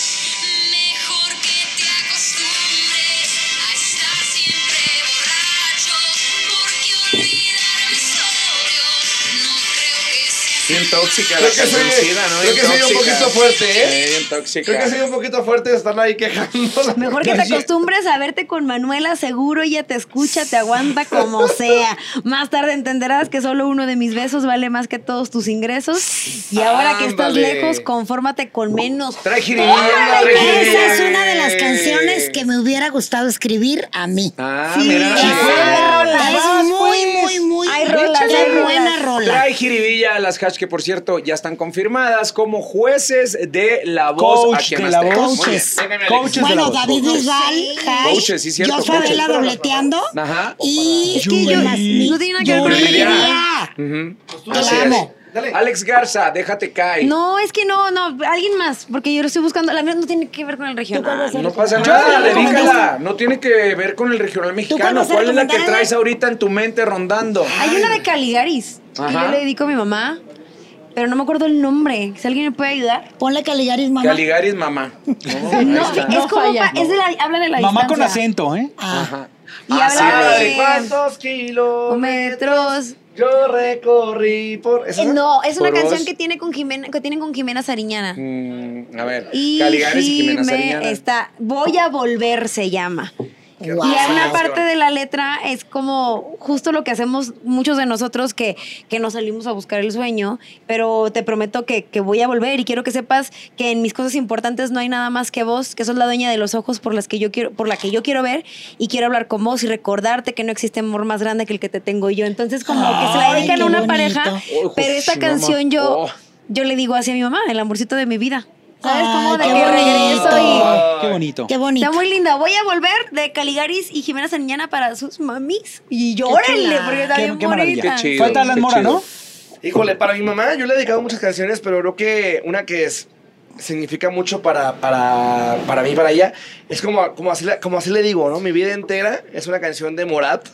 Mejor que te acostumbres a estar siempre borracho, porque olvidar mis odios no creo que sea Bien tóxica la Creo que soy, cancioncida, ¿no? creo Bien que soy un tóxica. poquito fuerte, ¿eh? Sí, bien tóxica. Creo que soy un poquito fuerte, están [laughs] ahí quejándose. [laughs] Mejor que te acostumbres a verte con Manuela, seguro ella te escucha, te aguanta como sea. Más tarde entenderás que solo uno de mis besos vale más que todos tus ingresos. Y ahora que estás Ándale. lejos, confórmate con menos. Trae jiribilla, trae Esa es una de las jiribilla. canciones que me hubiera gustado escribir a mí. Ah, Sí, mira. y fue Ah. rola. Es vas, muy, pues. muy, muy Hay rolas, qué hay buena rolas. rola. Trae jiribilla a las hash que, por cierto, ya están confirmadas como jueces de la voz. Coach aquí en de la Azteca. voz. Muy bien. Coaches. Téngame, Alex. Coaches de la Bueno, voz. David Bisbal, Jai, Coaches, sí, cierto, Jos Favela coaches. dobleteando Ajá. y Es que yo- ¿quién más? no tiene nada que ver con Yuridia. Yuridia. Ujú. Te Así Pues la es. amo. Dale. Alex Garza, déjate caer. No, es que no, no, alguien más, porque yo lo estoy buscando. La mía no tiene que ver con el regional. No pasa Yo nada, te recomendaste. dedícala. No tiene que ver con el regional mexicano. cuál vas a ¿Cuál es la que recomendar, traes Ale? ahorita en tu mente rondando? Hay una de Caligaris, que Ajá. yo le dedico a mi mamá, pero no me acuerdo el nombre. Si alguien me puede ayudar. Ponle Caligaris, mamá. Caligaris [laughs] mamá. No, ahí No, está. es como, falla. pa- es de la, habla de la Mamá con distancia. acento, ¿eh? Ah, Ajá. Y Ah, sí, habla güey. de ¿Cuántos kilómetros metros. yo recorrí por... ¿Esa Eh, No, es una Por canción vos. que tiene con Jimena, que tienen con Jimena Sariñana. Mm, a ver, Y Caligaris y Jimena Jime Sariñana. está, voy a volver se llama. guau. Y hay una canción. parte de la letra es como justo lo que hacemos muchos de nosotros que, que nos salimos a buscar el sueño, pero te prometo que, que voy a volver y quiero que sepas que en mis cosas importantes no hay nada más que vos, que sos la dueña de los ojos por las que yo quiero, por la que yo quiero ver y quiero hablar con vos y recordarte que no existe amor más grande que el que te tengo yo. Entonces como que se la Ay, dedican qué a una bonito. pareja, Ojo, pero esta sí, mamá. canción yo Oh. yo le digo así a mi mamá, el amorcito de mi vida. ¿Sabes cómo? De Ay, que qué bonito. regreso y... Qué bonito. qué Está bonito. muy linda. Voy a volver de Caligaris y Jimena Sariñana para sus mamis. Y llórenle, chula. porque está Qué- bien qué maravilla. bonita. Qué chido. Falta Alan qué Mora, chido. ¿no? Híjole, para mi mamá yo le he dedicado muchas canciones, pero creo que una que es, significa mucho para, para, para mí, para ella, es como, como, así, la- como así le digo, ¿no? Mi vida entera es una canción de Morat,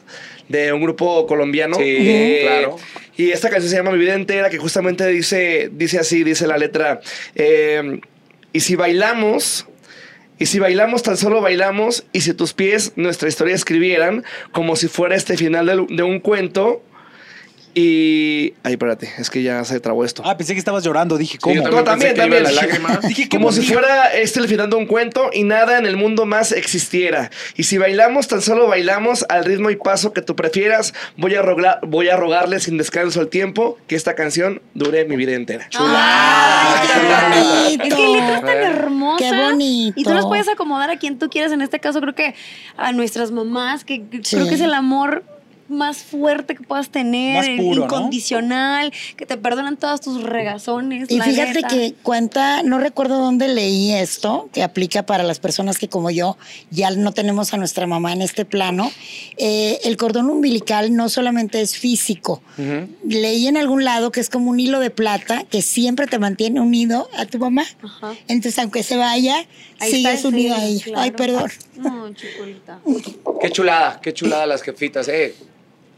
de un grupo colombiano. Sí, Eh, claro. Y esta canción se llama Mi vida entera, que justamente dice, dice así, dice la letra, eh, y si bailamos... Y si bailamos, tan solo bailamos, y si tus pies nuestra historia escribieran, como si fuera este final de, de un cuento, Y. Ay, espérate, es que ya se trabó esto. Ah, pensé que estabas llorando, dije, ¿cómo? también. No, pensé que iba también. la [laughs] lágrima. Dije, Como ¿cómo si dijo? fuera este el final de un cuento y nada en el mundo más existiera. Y si bailamos, tan solo bailamos al ritmo y paso que tú prefieras. Voy a, rogla- voy a rogarle sin descanso el tiempo que esta canción dure mi vida entera. Ah, Ay, qué Es que bonito. letras tan hermosas. Qué bonito. Y tú las puedes acomodar a quien tú quieras. En este caso, creo que a nuestras mamás, que que Sí. creo que es el amor más fuerte que puedas tener, Más puro, ¿no? incondicional, que te perdonan todas tus regazones. Y la fíjate neta. que cuenta, no recuerdo dónde leí esto, que aplica para las personas que como yo ya no tenemos a nuestra mamá en este plano. Eh, el cordón umbilical no solamente es físico. Leí en algún lado que es como un hilo de plata que siempre te mantiene unido a tu mamá. Ajá. Entonces, aunque se vaya, Ahí sigues está, unido sí, a ella. claro. Ay, perdón. No, chicolita. Qué chulada, qué chulada las jefitas. Eh,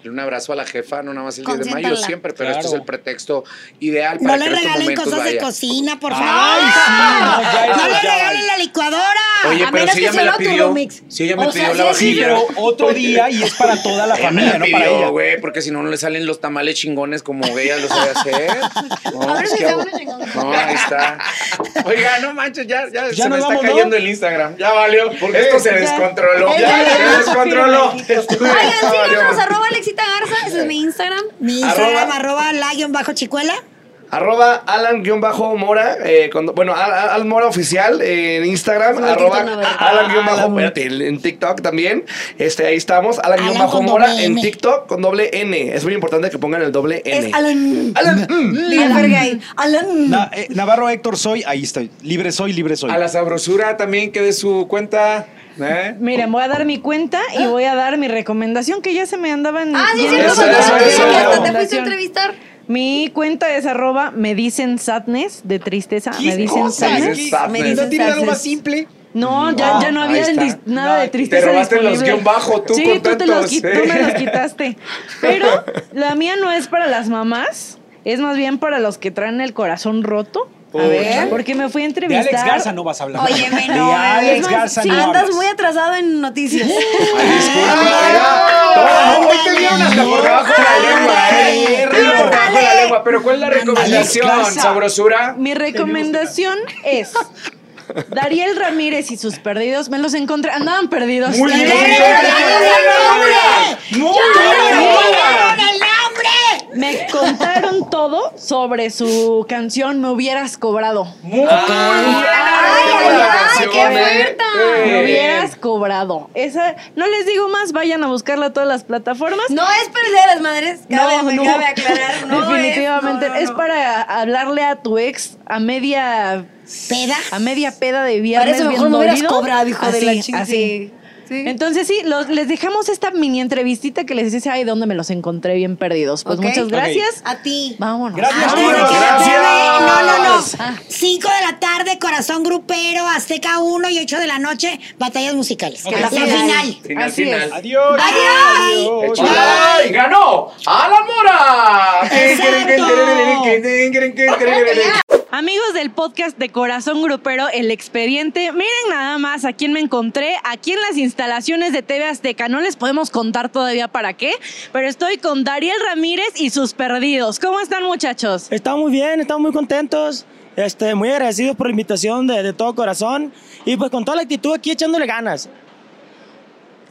un abrazo a la jefa, no nada más el 10 de mayo Consiéntala. siempre, pero Claro. este es el pretexto ideal No para le que en estos regalen momentos cosas de vaya. cocina, por favor. Ay, sí, no, ya no eso le ya regalen la licuadora. Oye, A pero menos si que ella me sea la lo pidió, Turumix. si ella me O sea, pidió sí la es Sí, vajilla. pero otro día y es para toda la Ella me la familia, no para pidió, ella. güey, porque si no, no le salen los tamales chingones como ella los sabe hacer. No, A ver pues, si ¿qué está hago? uno chingón. No, ahí está. Oiga, no manches, ya, ya, se me nos está vamos, ¿no? cayendo el Instagram. Ya valió. qué? Esto se descontroló. Ya, Ya, ya, se ya. descontroló. [laughs] Oigan, Ya valió. síganos, arroba Alexita Garza, ese es mi Instagram. Mi Instagram, arroba la-bajo chicuela. Arroba Alan-Mora, eh, con- bueno, Al, Al- Al Mora oficial eh, en Instagram, Suéltate arroba una verdad. Alan-Mora, espérate, en TikTok también, este, ahí estamos, Alan con Alan-Mora doble en N. TikTok con doble N, es muy importante que pongan el doble N. Es Alan. Alan, mm. Diga Fergay. Alan. Na- eh, Navarro Héctor soy, ahí estoy. Libre soy, libre soy. A la sabrosura también que de su cuenta. ¿eh? Miren, voy a dar mi cuenta y voy a dar mi recomendación que ya se me andaban. Ah, sí, es yendo cierto, Eso, cuando eso, te- eso. cuando te fuiste a entrevistar. Mi cuenta es arroba me dicen sadness de tristeza. Me dicen Me sadness. dicen ¿eh? sadness. Me dicen ¿No tiene algo sadness. más simple? No, ya, No, ya no ahí había está. dis- nada No, de te tristeza. robaste los disponible. guión bajo, tú sí, con tú, te los tantos, qui- ¿eh? tú me los [laughs] quitaste. Pero la mía no es para las mamás, es más bien para los que traen el corazón roto. A ver, porque me fui a de entrevistar. Alex Garza no vas a hablar. Oye, me De no. Alex es más, Garza sí, no andas hablas. muy atrasado en [laughs] noticias. Ay, disculpa, Ah, hoy te vieron hasta por debajo de la lengua, ¿eh? Te vieron por debajo de la lengua, pero ¿cuál es la recomendación, Descansa. sabrosura? Mi recomendación [laughs] es. Dariel Ramírez y sus perdidos, me los encontré. Andaban perdidos. Muy bien. ¡No! el nombre! Me contaron todo sobre su canción Me hubieras cobrado. Muy Ay, bien. ay, La ay, canción, qué ¿eh? bonita. Eh, Me hubieras cobrado. Esa, no les digo más, vayan a buscarla a todas las plataformas. No es pérdida de las madres. Cabe, me cabe aclarar. No Definitivamente. Es, es, no, no, no. para hablarle a tu ex a media, ¿Peda? a media peda de viernes. Para eso mejor bien me hubieras molido. cobrado, hijo de Así, la chingada. así. Sí. Sí. Entonces sí, los- les dejamos esta mini entrevistita que les dice, ay, ¿dónde me los encontré bien perdidos? Pues Ok. muchas Ok. gracias. A ti. Vámonos. Gracias, Ay, Tino. porque la Gracias. TV, No, no, no. Ah. 5 de la tarde, Corazón Grupero, Azteca 1 y 8 de la noche, batallas musicales. La Así es. final. Final, Así final. es. Adiós. Adiós. Adiós. ¡Ay! ¡Ganó! ¡A la mora! Amigos del podcast de Corazón Grupero, El Expediente, miren nada más a quién me encontré, aquí en las instalaciones de TV Azteca. No les podemos contar todavía para qué, pero estoy con Dariel Ramírez y sus perdidos. ¿Cómo están muchachos? Estamos muy bien, estamos muy contentos, este, muy agradecidos por la invitación de, de todo corazón y pues con toda la actitud aquí echándole ganas.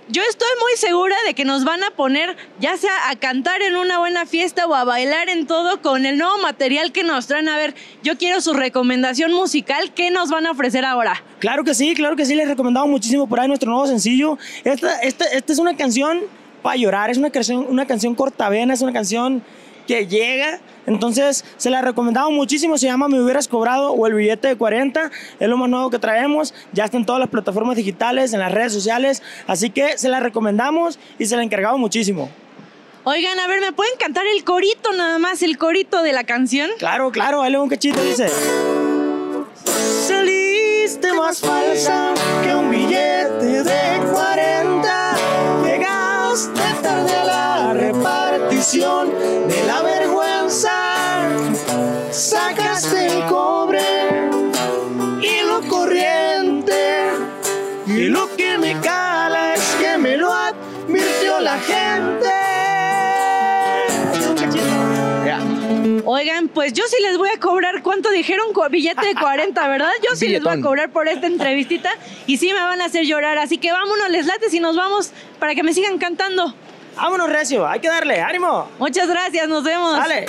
Yo estoy muy segura de que nos van a poner ya sea a cantar en una buena fiesta o a bailar en todo con el nuevo material que nos traen. A ver, yo quiero su recomendación musical, ¿qué nos van a ofrecer ahora? Claro que sí, claro que sí, les recomendamos muchísimo por ahí nuestro nuevo sencillo. Esta, esta, esta es una canción para llorar, es una canción, una canción cortavena, es una canción que llega. Entonces, se la recomendamos muchísimo, se llama Me hubieras cobrado o El billete de 40, es lo más nuevo que traemos, ya está en todas las plataformas digitales, en las redes sociales, así que se la recomendamos y se la encargamos muchísimo. Oigan, a ver, ¿me pueden cantar el corito nada más, el corito de la canción? Claro, claro, dale un cachito, dice. Saliste más falsa que un billete de 40. Llegaste tarde a la repartición de la vergüenza. Sacaste el cobre y lo corriente. Y lo que me cala es que me lo advirtió la gente. Un cachito. oigan, pues yo sí les voy a cobrar, ¿cuánto dijeron? Cu- Billete de 40, ¿verdad? Yo sí les voy a Billetón. cobrar por esta entrevistita y sí me van a hacer llorar. Así que vámonos, les late y nos vamos para que me sigan cantando. Vámonos, Recio. Hay que darle. ¡Ánimo! Muchas gracias, nos vemos. ¡Dale!